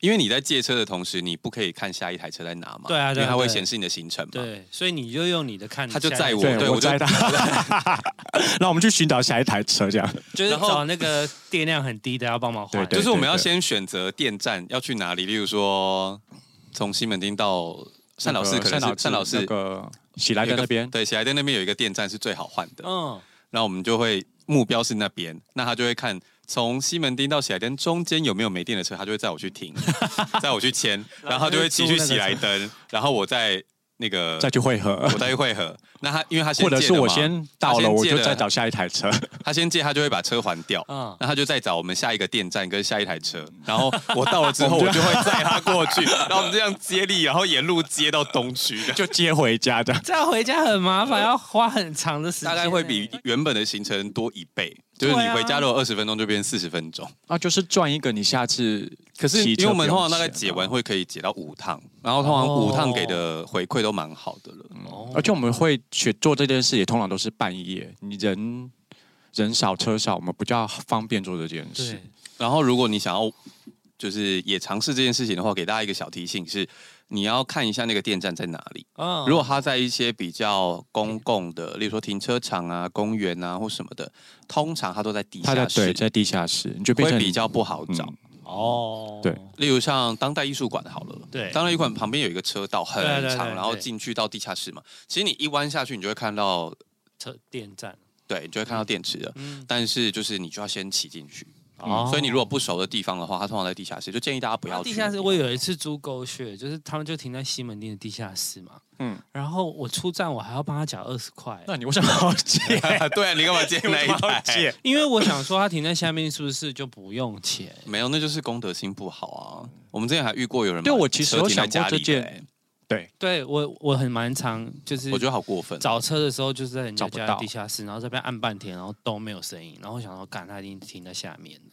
C: 因为你在借车的同时，你不可以看下一台车在哪嘛？
A: 对啊
C: 因
A: 对啊
C: 为它会
A: 对
C: 显示你的行程嘛。
A: 对，所以你就用你的看，
C: 他就载我
B: 对
C: 对，
B: 我
C: 我就
B: 在他， 那我们去寻找下一台车，这样
A: 就是
C: 然后
A: 找那个电量很低的要帮忙换。
B: 对
C: 就是我们要
B: 对
C: 先选择电站要去哪里，例如说从西门町到善老寺，可能是善呃老寺
B: 那个喜来
C: 有一
B: 登
C: 个
B: 那边，
C: 对，喜来登那边有一个电站是最好换的，
A: 嗯，
C: 那我们就会目标是那边，那他就会看从西门町到喜来登中间有没有没电的车，他就会载我去 停，载我去签，然后他就会骑去喜来登，然后我再那个
B: 再去汇合，
C: 呃我再去汇合。那他因为他先
B: 或者
C: 借
B: 是
C: 的
B: 我
C: 嘛
B: 先到了，
C: 他
B: 我
C: 先借
B: 就
C: 的
B: 再找下一台车。
C: 他先借，他就会把车还掉。
A: 嗯，
C: 那他就再找我们下一个电站跟下一台车，然后我到了之 后，我就会载他过 去，然后我们这样接力，然后沿路接到东区，
B: 就接回家这样。
A: 这样回家很麻烦，要花很长的时间欸
C: 大
A: 呢，
C: 概会比原本的行程多一倍，就是
A: 对
C: 你
A: 啊
C: 回家如果二十分钟就变四十分钟。
B: 啊，就是赚一个你下次
C: 可是
B: 骑
C: 因
B: 车
C: 为我们
B: 不
C: 通
B: 用
C: 常大概
B: 钱啊
C: 解完，会可以解到五趟，然后通常
A: 哦
C: 五趟给的回馈都蛮好的了。
A: 哦
B: 而且我们会去做这件事，也通常都是半夜，你人人少车少，我们比较方便做这件事
A: 对。，
C: 然后如果你想要就是也尝试这件事情的话，给大家一个小提醒是，你要看一下那个电站在哪里。
A: 嗯，
C: 如果它在一些比较公共的，例如说停车场啊、公园啊或什么的，通常它都在地
B: 它在
C: 下
B: 对
C: 室，
B: 在地下室，你就变
C: 会
B: 成
C: 比较不好找。
B: 嗯
A: 哦，
B: 对
C: 例如像当代艺术馆好了，
A: 对
C: 当代艺术馆旁边有一个车道很
A: 对对对
C: 长，
A: 对
C: 然后进去到地下室嘛。其实你一弯下去，你就会看到，
A: 车电站，
C: 对，你就会看到电池了。
A: 嗯，
C: 但是就是你就要先骑进去，
A: 哦
C: 嗯所以你如果不熟的地方的话，它通常在地下室，就建议大家不要
A: 啊
C: 去。
A: 地下室，我有一次租狗血，就是他们就停在西门町的地下室嘛，
B: 嗯
A: 嗯，然后我出站我还要帮他缴二十块，
B: 那你为什么要借？
C: 对啊，你干嘛 接那一 台？
A: 因为我想说他停在下面是不是就不用钱？
C: 没有，那就是功德心不好啊。我们之前还遇过有人把
B: 对我其实
C: 车
B: 有
C: 停在
B: 想
C: 家
B: 过这
C: 里的
B: 件
C: 欸，
A: 对我我很蛮常就是
C: 我觉得好过分。
A: 找车的时候就是在人家
B: 找不
A: 家
B: 到
A: 的地下室，然后这边按半天，然后都没有声音，然后我想说干他一定停在下面了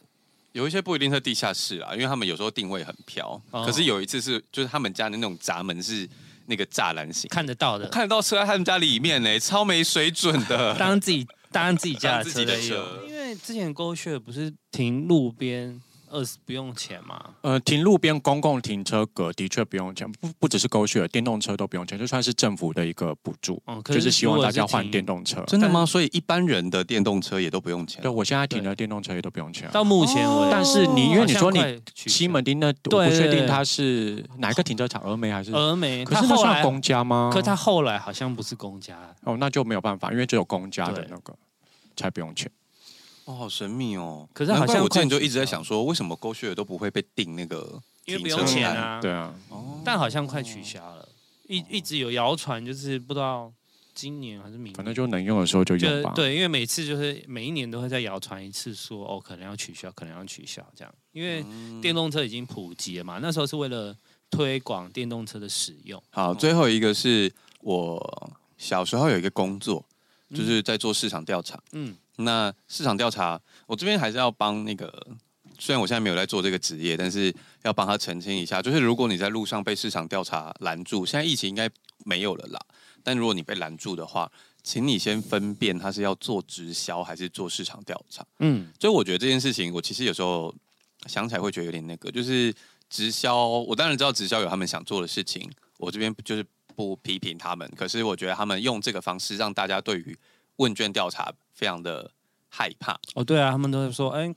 C: 有一些不一定在地下室啊，因为他们有时候定位很飘。
A: 哦
C: 可是有一次是，就是他们家的那种闸门是那个栅栏型，
A: 看得到的，
C: 看得到车在他们家里面呢、欸超没水准 的。
A: 当自己当自己家
C: 当
A: 的
C: 自
A: 车
C: 己的
A: 在用
C: 车
A: 因为之前狗血不是停路边。二十不用钱吗？
B: 呃，停路边公共停车格的确不用钱，不不只是狗血，电动车都不用钱，就算是政府的一个补助，嗯
A: 哦，可
B: 就是希望大家换
A: 电
B: 电。动车。
C: 真的吗？所以一般人的电动车也都不用钱
B: 对，。我现在停的电动车也都不用钱。
A: 到目前为止，哦
B: 但是你因为你说你
A: 好像快取消
B: 西门町的，我
A: 对
B: 不
A: 对
B: 确定
A: 对
B: 它是哪一个停车场，峨眉还是？
A: 峨眉，
B: 可
A: 他
B: 是那
A: 后
B: 算
A: 来，
B: 公家吗？
A: 可他后来好像不是公家，
B: 哦，那就没有办法，因为只有公家的
A: 对
B: 那个才不用钱。
C: 哦，好神秘哦。
A: 可是好像
C: 难怪我之前就
A: 快取消
C: 一直在想说，为什么狗血都不会被定那个
A: 因为不
C: 停
A: 用
C: 车
A: 钱
C: 难
A: 啊。
B: 对啊，
C: 哦
A: 但好像快取消了，一一直有谣传，就是不知道今年还是明年，
B: 反正就能用的时候就用
A: 就
B: 吧。
A: 对，因为每次就是每一年都会再谣传一次说哦，可能要取消，可能要取消这样，因为
C: 嗯
A: 电动车已经普及了嘛，那时候是为了推广电动车的使用，
C: 好，最后一个是我小时候有一个工作，就是在做市场调查。
A: 嗯，
C: 那市场调查，我这边还是要帮那个，虽然我现在没有在做这个职业，但是要帮他澄清一下，就是如果你在路上被市场调查拦住，现在疫情应该没有了啦，但如果你被拦住的话，请你先分辨他是要做直销还是做市场调查。
A: 嗯，
C: 所以我觉得这件事情，我其实有时候想起来会觉得有点那个，就是直销。我当然知道直销有他们想做的事情，我这边就是不批评他们。可是我觉得他们用这个方式让大家对于问卷调查非常的害怕。
A: 哦对啊，他们都会说，哎，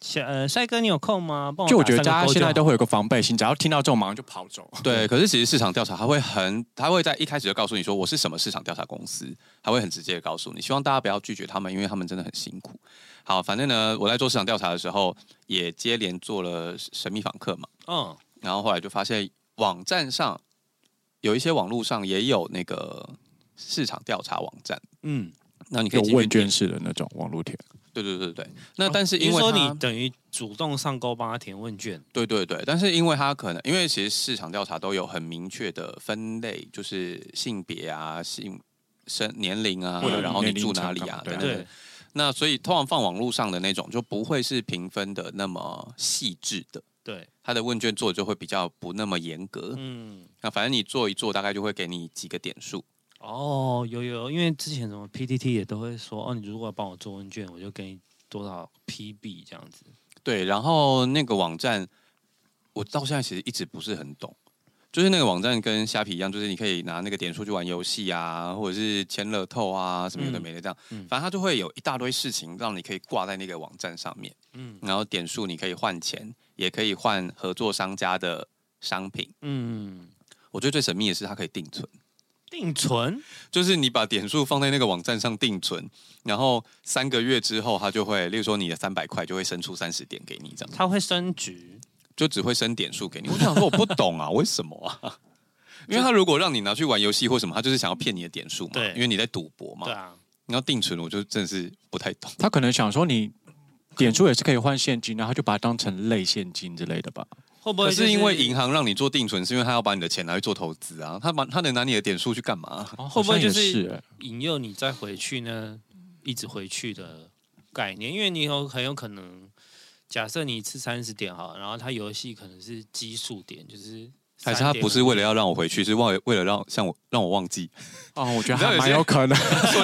A: 小呃帅哥你有空吗？帮
B: 就我
A: 打
B: 觉得
A: 三个
B: 大家
A: 勾
B: 现在
A: 好
B: 都会有个防备心，只要听到这种马上就跑走。
C: 对，可是其实市场调查他会很，他会在一开始就告诉你说我是什么市场调查公司，他会很直接的告诉你，希望大家不要拒绝他们，因为他们真的很辛苦。好，反正呢，我在做市场调查的时候，也接连做了神秘访客嘛。
A: 嗯，
C: 然后后来就发现网站上有一些网络上也有那个市场调查网站，
A: 嗯，
C: 那你可
B: 有
C: 以进去
B: 问卷哦
C: 点，
B: 式的那种网络贴，
C: 对对对对。那但是
A: 哦你
C: 因为
A: 说
C: 它
A: 你等于主动上钩帮他填问卷，
C: 对对对，但是因为它可能因为其实市场调查都有很明确的分类，就是性别啊、性生年龄啊
B: 或者，
C: 然后你
B: 年龄
C: 住
B: 层
C: 哪里
B: 干嘛
C: 啊，
B: 对
C: 等
B: 啊
C: 等
A: 对，
C: 那所以通常放网络上的那种就不会是评分的那么细致的，
A: 对，
C: 它的问卷做的就会比较不那么严格。
A: 嗯，
C: 那反正你做一做，大概就会给你几个点数。
A: 哦，有有，因为之前什么 PTT 也都会说，哦，你如果帮我做问卷，我就给你多少 PB 这样子。
C: 对，然后那个网站，我到现在其实一直不是很懂，就是那个网站跟虾皮一样，就是你可以拿那个点数去玩游戏啊，或者是签乐透啊，什么有的
A: 嗯
C: 没的这样，
A: 嗯
C: 反正它就会有一大堆事情让你可以挂在那个网站上面，
A: 嗯
C: 然后点数你可以换钱，也可以换合作商家的商品。
A: 嗯，
C: 我觉得最神秘的是它可以定存，
A: 定存
C: 就是你把点数放在那个网站上定存，然后三个月之后，它就会，例如说你的三百块就会生出三十点给你这样。
A: 它会升值，
C: 就只会升点数给你。我就想说，我不懂 啊，为什么啊？因为他如果让你拿去玩游戏或什么，他就是想要骗你的点数嘛。
A: 对
C: 因为你在赌博嘛
A: 对。啊，
C: 你要定存，我就真的是不太懂。
B: 他可能想说你点数也是可以换现金，然后他就把它当成类现金之类的吧。
A: 会不
C: 可
A: 会就是
C: 因为银行让你做定存，是因为他要把你的钱拿去做投资啊。他把他能拿你的点数去干嘛？
A: 会不会就
B: 好像也
A: 是
B: 欸
A: 引诱你再回去呢？一直回去的概念，因为你有很有可能，假设你吃三十点好了，然后它游戏可能是奇数点，就是
C: 还是他
A: 3.5
C: 不是为了要让我回去，是为为了让像我让我忘记？
B: 哦，我觉得
C: 你知道
B: 还
C: 有
B: 蛮
C: 些
B: 有可能，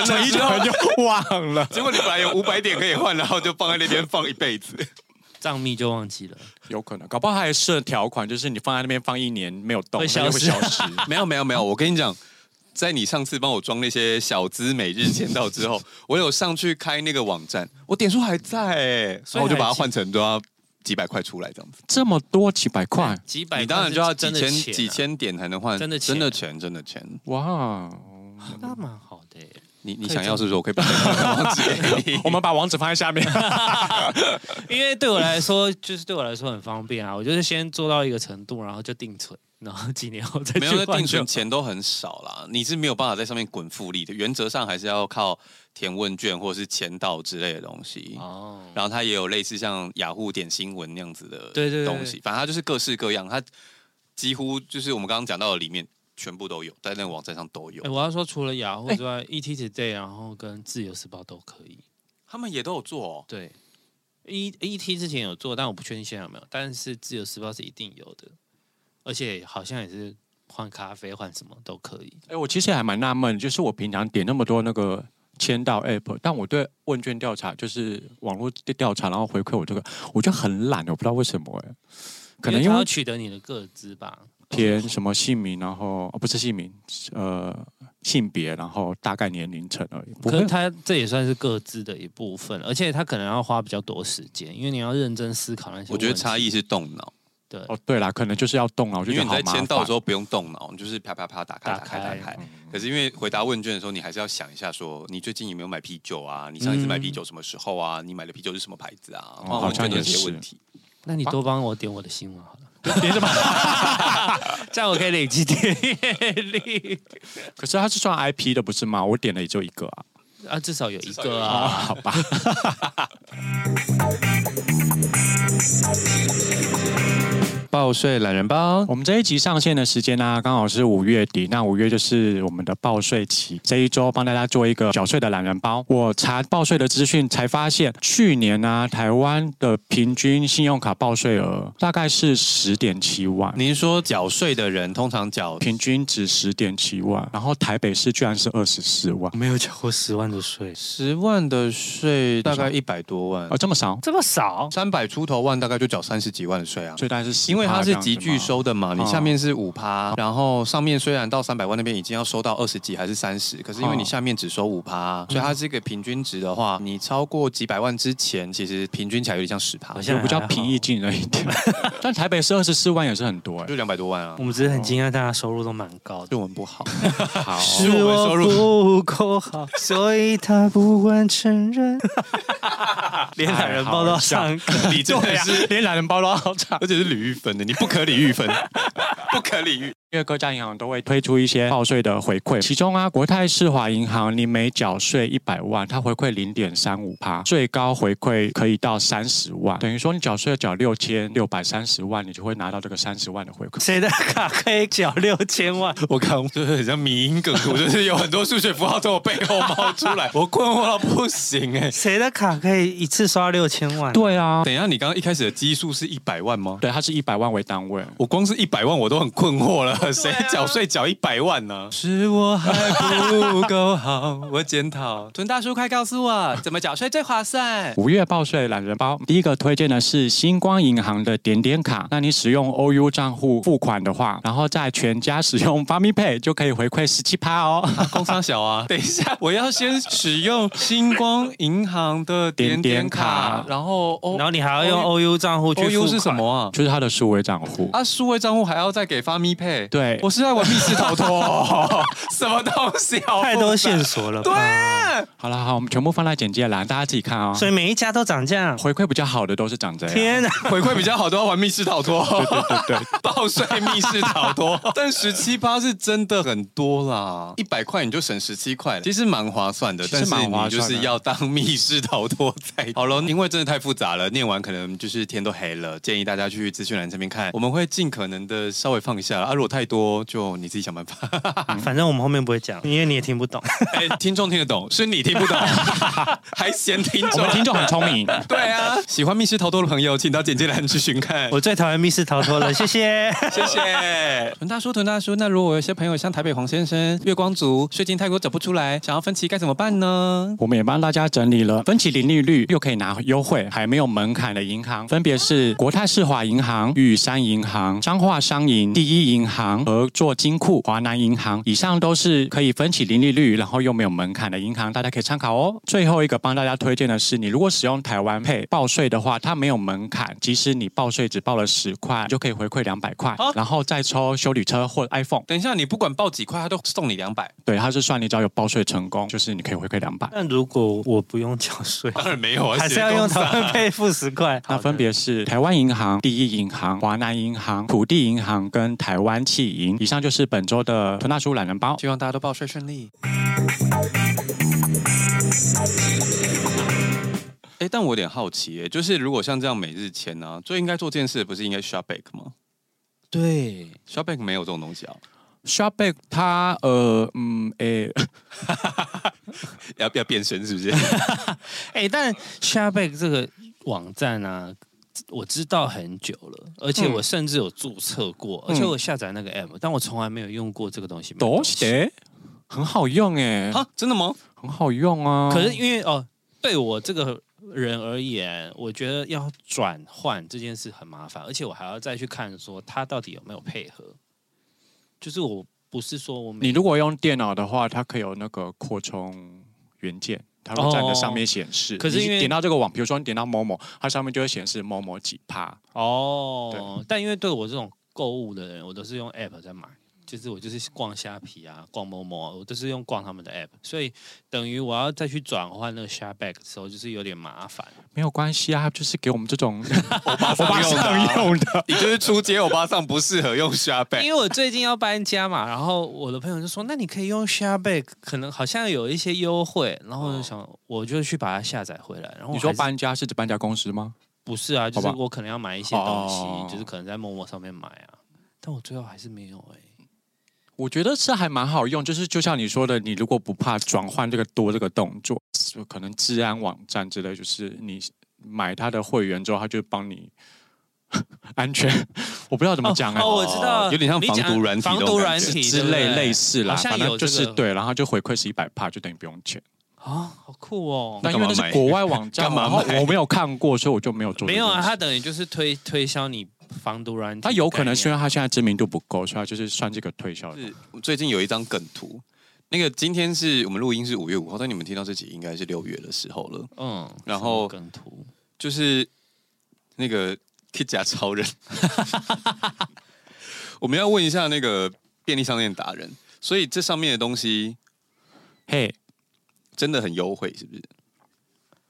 B: 存一存就忘了，
C: 结果你本来有五百点可以换，然后就放在那边放一辈子。
A: 账密就忘记了，
B: 有可能，搞不好他还设条款，就是你放在那边放一年没有动，
A: 会
B: 它
A: 消
B: 就会
A: 失
B: 消失。
C: 没有没有没有，我跟你讲，在你上次帮我装那些小资每日签到之 后，我有上去开那个网站，我点数还在哎、
A: 所以
C: 然后我就把
A: 还
C: 它
A: 记
C: 换成都要几百块出来这样子。
B: 这么多几百块，
A: 几百
C: 你当然就要几
A: 真的
C: 千
A: 钱啊
C: 几，千点才能换，
A: 真的钱啊
C: 真的钱真的钱。
B: 哇！哦
A: 那蛮好的耶。欸
C: 你你
A: 可以
C: 想要是不是？我可以把那个网址 给你
B: 我们把网址放在下 面。
A: 因为对我来说， 就是对我来说很方便啊。我就是先做到一个程度，然后就定存，然后几年后再
C: 没
A: 去
C: 有，那
A: 换
C: 定存
A: 就
C: 钱都很少啦，你是没有办法在上面滚复利的。原则上还是要靠填问卷或者是签到之类的东西。
A: 哦，
C: 然后它也有类似像雅虎点新闻那样子的
A: 对对对
C: 东西，反正它就是各式各样，它几乎就是我们刚刚讲到的里面全部都有，在那个网站上都有
B: 嗯
A: 哎、，我要说除了雅虎之外、e t Today，然后跟自由时报都可以。
C: 他们也都有做、哦。
A: 对，E E T 之前有做，但我不确定现在有没有。但是自由时报是一定有的，而且好像也是换咖啡换什么都可以。
B: 哎、我其实还蛮纳闷，就是我平常点那么多那个签到 App，但我对问卷调查就是网络调查，然后回馈我这个，我就很懒，我不知道为什么哎、可能因
A: 他要
B: 为
A: 取得你的个资吧。
B: 填什么姓名，然后、哦、不是姓名，呃，性别，然后大概年龄层而已，不
A: 可
B: 会
A: 是他这也算是各自的一部分，而且他可能要花比较多时间，因为你要认真思考那些。
C: 我觉得差异，是动脑，
A: 对，
B: 哦，对啦，可能就是要动啊，我就觉
C: 因为
B: 得
C: 你
B: 好
C: 在
B: 麻
C: 签到的
B: 烦嗯
C: 时。候不用动脑，你就是啪啪啪打开
A: 打
C: 打开
A: 开
C: 打开。可是因为回答问卷的时候，你还是要想一下说你最近有没有买啤酒啊？你上一次买啤酒什么时候啊？你买的啤酒是什么牌子啊？
B: 哦好像
C: 有
B: 也
C: 这些
B: 是
C: 问题。
A: 那
C: 啊
A: 你多帮我点我的新闻好 了。点什么？ 这样我可以累积点阅力
B: 可是它是算 IP 的，不是吗？我点了也就一个啊。
A: 啊，至少有一
C: 至少有一
A: 个
C: 个
A: 啊。
B: 好吧。
C: 报税懒人包，
B: 我们这一集上线的时间呢、刚好是五月底。那五月就是我们的报税期，这一周帮大家做一个缴税的懒人包。我查报税的资讯才发现，去年呢、台湾的平均信用卡报税额大概是十点七万。
C: 您说缴税的人通常缴
B: 平均值十点七万，然后台北市居然是二十四万，
A: 没有缴过十万的税，
C: 十万的税，大概一哦百多万
B: 呃，，这么少，
A: 这么少？
C: 三百出头万，大概就缴三十几万的税啊。
B: 所以大概是10%
C: 因为它
B: 这
C: 是
B: 样子
C: 集聚
B: 吗
C: 收的嘛，你嗯
B: 哦
C: 下面是五趴，然后上面虽然到三百万那边已经要收到二十几还是三十，可是因为
B: 哦
C: 你下面只收五趴，所以它是一个平均值的话，你超过几百万之前，其实平均起来有点像十趴
A: 好，像
B: 就比较
A: 还好
B: 平易近人一 点。但台北市二十四万也是很多哎、
C: 就两百多万啊
A: 我，们只是很惊讶，大家收入都蛮高的。
C: 对我们 不好。
B: 好，
C: 哦
A: 哦
C: 是哦我们收入
A: 不够好， 所以他不敢承 认。连懒人包都要上课，
C: 你真的是，
B: 连懒人包都要涨。
C: 啊而且是李玉芬的，你不可李 玉芬，不可李玉。
B: 因为各家银行都会推出一些报税的回馈，其中啊，国泰世华银行你每缴税一百万，它回馈零点三五趴，最高回馈可以到三十万，等于说你缴税缴六千六百三十万，你就会拿到这个三十万的回馈。
A: 谁的卡可以缴六千万？
C: 我刚就是很像迷音梗图，就是有很多数学符号从我背后冒出来，我困惑到不行哎、
A: 谁的卡可以一次刷六千万？
B: 对啊，
C: 等一下，你刚刚一开始的基数是一百万吗？
B: 对，它是以百万为单位。
C: 我光是一百万我都很困惑了，谁缴税缴一百万呢、是我还不够好，我检讨。屯大叔，快告诉我怎么缴税最划算？
B: 五月报税懒人包，第一个推荐的是星光银行的点点卡。那你使用 OU 账户付款的话，然后在全家使用 f a m i Pay 就可以回馈十七趴哦。
C: 工商小啊，等一下，我要先使用星光银行的点点
B: 点点
C: 卡
B: 卡，
C: 然后哦，
A: 然后你还要用 OU 账户去
C: O U
A: 付
C: 是什
A: 款？
C: 么啊？
B: 就是它的数位账户。
C: 啊，数位账户还要再给发咪配？
B: 对
C: 我是在玩密室逃脱， 什么东西啊？
A: 太多线索了吧？
C: 对啊
B: 好了，好，我们全部放在简介栏，大家自己看哦。
A: 所以每一家都涨价。
B: 回馈比较好的都是长这样。
A: 天啊！
C: 回馈比较好都要玩密室逃脱，
B: 对对对，
C: 报税密室逃脱， 但十七趴是真的很多啦，一百块你就省十七块了，其实蛮划算的。
B: 其
C: 但
B: 实
C: 是
B: 蛮
C: 你
B: 划算的
C: 就是要当密室逃脱 才好了，因为真的太复杂了，念完可能就是天都黑了。建议大家去资讯栏这边 看，我们会尽可能的稍微放下啊，如果太多就你自己想办法。
A: 反正我们后面不会讲，因为你也听不懂。
C: 哎，听众听得懂，是你听不懂， 还嫌听
B: 我
C: 众
B: 们听众很聪明。
C: 对啊， 喜欢密室逃脱的朋友，请到简介栏去寻看。
A: 我最讨厌密室逃脱 了，谢谢。
C: 谢谢屯大叔，屯大叔。那如果有些朋友像台北黄先生、月光族，最近泰国找不出来，想要分期该怎么办呢？
B: 我们也帮大家整理了分期零利率又可以拿优惠，还没有门槛的银行，分别是国泰世华银行、玉山银行、彰化商银、第一银行、合作金库、华南银行，以上都是可以分期零利率，然后又没有门槛的银行，大家可以参考哦。最后一个帮大家推荐的是，你如果使用台湾配报税的话，它没有门槛，即使你报税只报了十块，就可以回馈两百块
C: 啊，
B: 然后再抽修理车或 iPhone。
C: 等一下，你不管报几块，他都送你两百。
B: 对，它是算你只要有报税成功，就是你可以回馈两百。
A: 那如果我不用缴 税，
C: 当然没有啊，
A: 还是要用台湾配付十 块？
B: 那分别是台湾银行、第一银行、华南银行、土地银行跟台湾汽银。以上就是本周的吞大叔懒人包。
C: 希望大家都报税顺利。哎，但我有点好奇耶，就是如果像这样每日签呢、啊，最应该做这件事的不是应该 Shopback 吗
A: 对，
C: ？Shopback 没有这种东西啊，
B: Shopback 它呃嗯诶，
C: 要不要变身是不是？
A: 哎，但 s h a r b a c k 这个网站啊，我知道很久了，而且我甚至嗯有注册过，而且我下载那个 app，但我从来没有用过这个东西。
B: 多谢很好用哎、
C: 啊，真的吗？
B: 很好用啊。
A: 可是因为哦，对我这个人而言，我觉得要转换这件事很麻烦，而且我还要再去看说他到底有没有配合。就是我不是说我每
B: 你如果用电脑的话，它可以有那个扩充元件，它会在你的上面显示。
A: 可是
B: 你
A: 因为
B: 点到这个网，比如说你点到某某，它上面就会显示某某几趴。
A: 哦，但因为对我这种购物的人，我都是用 app 在买，就是我就是逛虾皮啊，逛某某啊，我都是用逛他们的 app，所以等于我要再去转换那个 s h a r b a c k 的时候，就是有点麻烦。
B: 没有关系啊，它就是给我们这 种
C: 我爸
B: 我爸上用的。
C: 你就是出街，我巴上不适合用 s h a r p
A: 因为我最近要搬家嘛，然后我的朋友就说，那你可以用 s h a r b a c k 可能好像有一些优惠，然后我就想，我就去把它下载回来。然后我
B: 你说
A: 还是
B: 搬家是指搬家公司吗？
A: 不是啊，就是
B: 好吧
A: 我可能要买一些东西，
B: 哦
A: 就是可能在某某上面买啊，但我最后还是没有哎、
B: 我觉得是还蛮好用，就是就像你说的，你如果不怕转换这个多这个动作，就可能治安网站之类，就是你买它的会员之后，它就帮你 安全。我不知道怎么讲哎、
A: 哦，我知道，
C: 有点像
A: 你讲
C: 防毒软体
A: 防
C: 那种
A: 毒
C: 感
A: 软
C: 觉
A: 体
B: 之类类似啦，
A: 好像
B: 反正
A: 有
B: 就是
A: 这个
B: 对，然后就回馈是一百帕，就等于不用钱。
A: 啊，好酷哦。
B: 但因为那
C: 干
B: 是
C: 嘛买
B: 国外网 站，
C: 干嘛
B: 然后
C: 买
B: 我没有看过，所以我就没有做。
A: 没有啊，他，等于就是推推销你防毒软体的
B: 他
A: 概念，
B: 有可能是因为他现在知名度不够，所以他就是算这个推销的。
C: 是最近有一张梗图，那个今天是我们录音是五月五号，但你们听到这集应该是六月的时候了。
A: 嗯，
C: 然
A: 什么
C: 后
A: 梗图
C: 就是那个 K 甲超人。 我们要问一下那个便利商店达人，所以这上面的东西
B: 嘿，
C: 真的很优惠，是不是？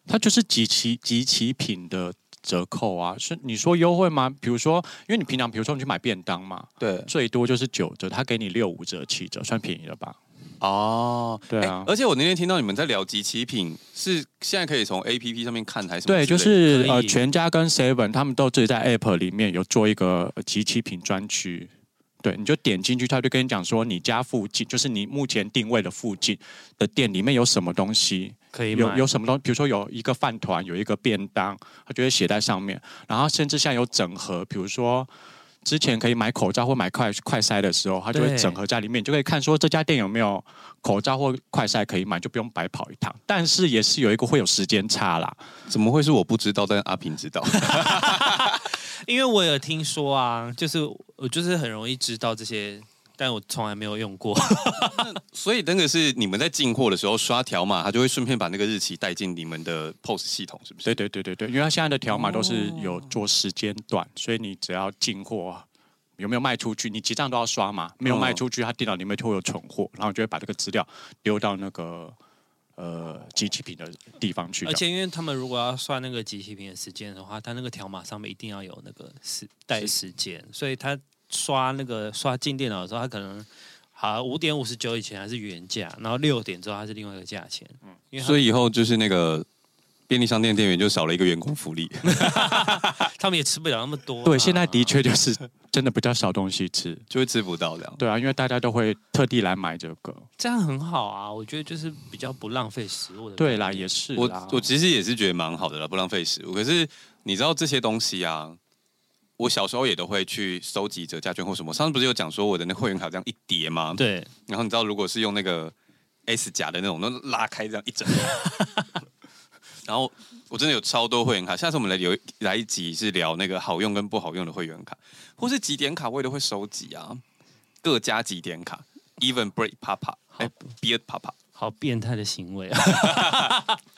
B: 它就是集齐集齐品的折扣啊。是你说优惠吗？比如说，因为你平常比如说你去买便当嘛，
C: 对，
B: 最多就是九折，他给你六五折、七折，算便宜了吧？
C: 哦，
B: 对啊
C: 诶而且我那天听到你们在聊集齐品，是现在可以从 A P P 上面看还是什么
B: 对，
C: 之
B: 就
C: 类的？
B: 是
A: 可以
B: 呃，全家跟 Seven 他们都自己在 App 里面有做一个呃集齐品专区。对，你就点进去，他就跟你讲说，你家附近就是你目前定位的附近的店里面有什么东西，
A: 可以
B: 有
A: 买啊
B: 有什么东西，比如说有一个饭团，有一个便当，他就会写在上面。然后甚至像有整合，比如说之前可以买口罩或买快快筛的时候，他就会
A: 对
B: 整合在里面，你就可以看说这家店有没有口罩或快筛可以买，就不用白跑一趟。但是也是有一个会有时间差啦，
C: 怎么会是我不知道，但阿平知道？
A: 因为我有听说啊，就是我就是很容易知道这些，但我从来没有用过。
C: 所以那个是你们在进货的时候刷条码，它就会顺便把那个日期带进你们的 POS 系统，是不是？
B: 对对对对对，因为它现在的条码都是有做时间段，所以你只要进货啊有没有卖出去，你结账都要刷嘛，没有卖出去，它电脑里面就会有存货，然后就会把这个资料丢到那个呃机器品的地方去。
A: 而
B: 这
A: 且
B: 样
A: 因为他们如果要算那个集齐品的时间的话，他那个条码上面一定要有那个时带时间，所以他刷那个刷进电脑的时候，他可能好五点五十九以前还是原价，然后六点之后它是另外一个价钱。嗯，因为
C: 所
A: 以
C: 以以后就是那个便利商店店员就少了一个员工福利。
A: 他们也吃不了那么多啊、
B: 对，现在的确就是 真的比较少东西吃。
C: 就会吃不到这样。
B: 对啊，因为大家都会特地来买这个。
A: 这样很好啊，我觉得就是比较不浪费食物的。
B: 对啦，也是啦
C: 我我其实也是觉得蛮好的啦，不浪费食物。可是你知道这些东西啊，我小时候也都会去收集折价券或什么。上次不是有讲说我的那会员卡这样一叠吗？。
A: 对，
C: 然后你知道如果是用那个 S 夹的那种，那拉开这样一整叠。然后我真的有超多会员卡，下次我们来有一来一集是聊那个好用跟不好用的会员卡，或是几点卡我也都会收集啊，各家几点卡，Even Break Papa，哎、b e a r d Papa，
A: 好变态的行为啊！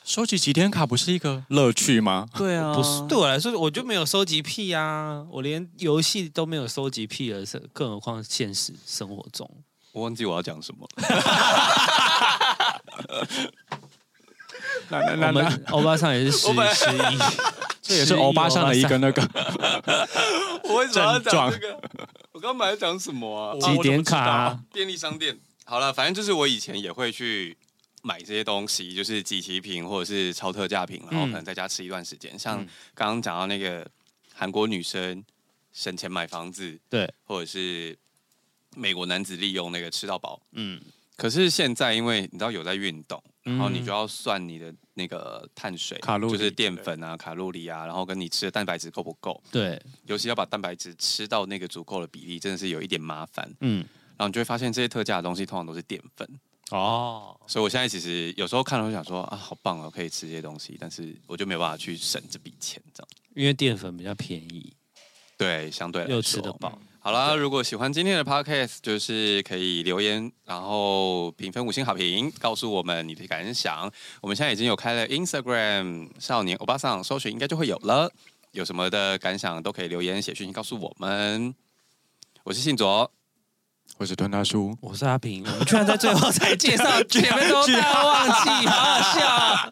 B: 收集几天卡不是一个乐趣吗？
C: 对啊
A: 不是对我来说，我就没有收集癖啊，我连游戏都没有收集癖了，是更何况现实生活 中。
C: 我忘记我要讲什么了。
B: 那那
A: 我
B: 那那，
A: 们欧巴桑也是 十十一，
B: 这也是欧巴上的一个那个。
C: 我为什么要讲
B: 症
C: 这个？我刚本来讲什么啊？
A: 几点卡啊
C: 啊我怎么知道便利商店。好了，反正就是我以前也会去买这些东西，就是集齐品或者是超特价品，然后可能在家吃一段时间。像
A: 嗯
C: 刚刚讲到那个韩国女生省钱买房子，
A: 对，
C: 或者是美国男子利用那个吃到饱。
A: 嗯，
C: 可是现在因为你知道有在运动，
A: 嗯
C: 然后你就要算你的那个碳水、
B: 卡路里
C: 就是淀粉啊、卡路里啊，然后跟你吃的蛋白质够不够。
A: 对，
C: 尤其要把蛋白质吃到那个足够的比例，真的是有一点麻烦。
A: 嗯，
C: 然后你就会发现，这些特价的东西通常都是淀粉，
A: 哦，
C: 所以我现在其实有时候看了会想说啊，好棒哦，可以吃这些东西，但是我就没有办法去省这笔钱，这样
A: 因为淀粉比较便宜，
C: 对，相对来说
A: 又吃得饱。
B: 嗯
C: 好啦，如果喜欢今天的 podcast，就是可以留言，然后评分五星好评，告诉我们你的感想。我们现在已经有开了 Instagram 少年欧巴桑，搜寻应该就会有了。有什么的感想都可以留言写讯息告诉我们。我是信卓，
B: 我是吞大叔，
A: 我是阿平，我们居然在最后才介 绍，前面都大家忘记，好好笑啊。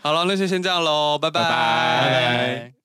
C: 好了，那就先这样喽，拜拜
B: 拜拜
A: 拜拜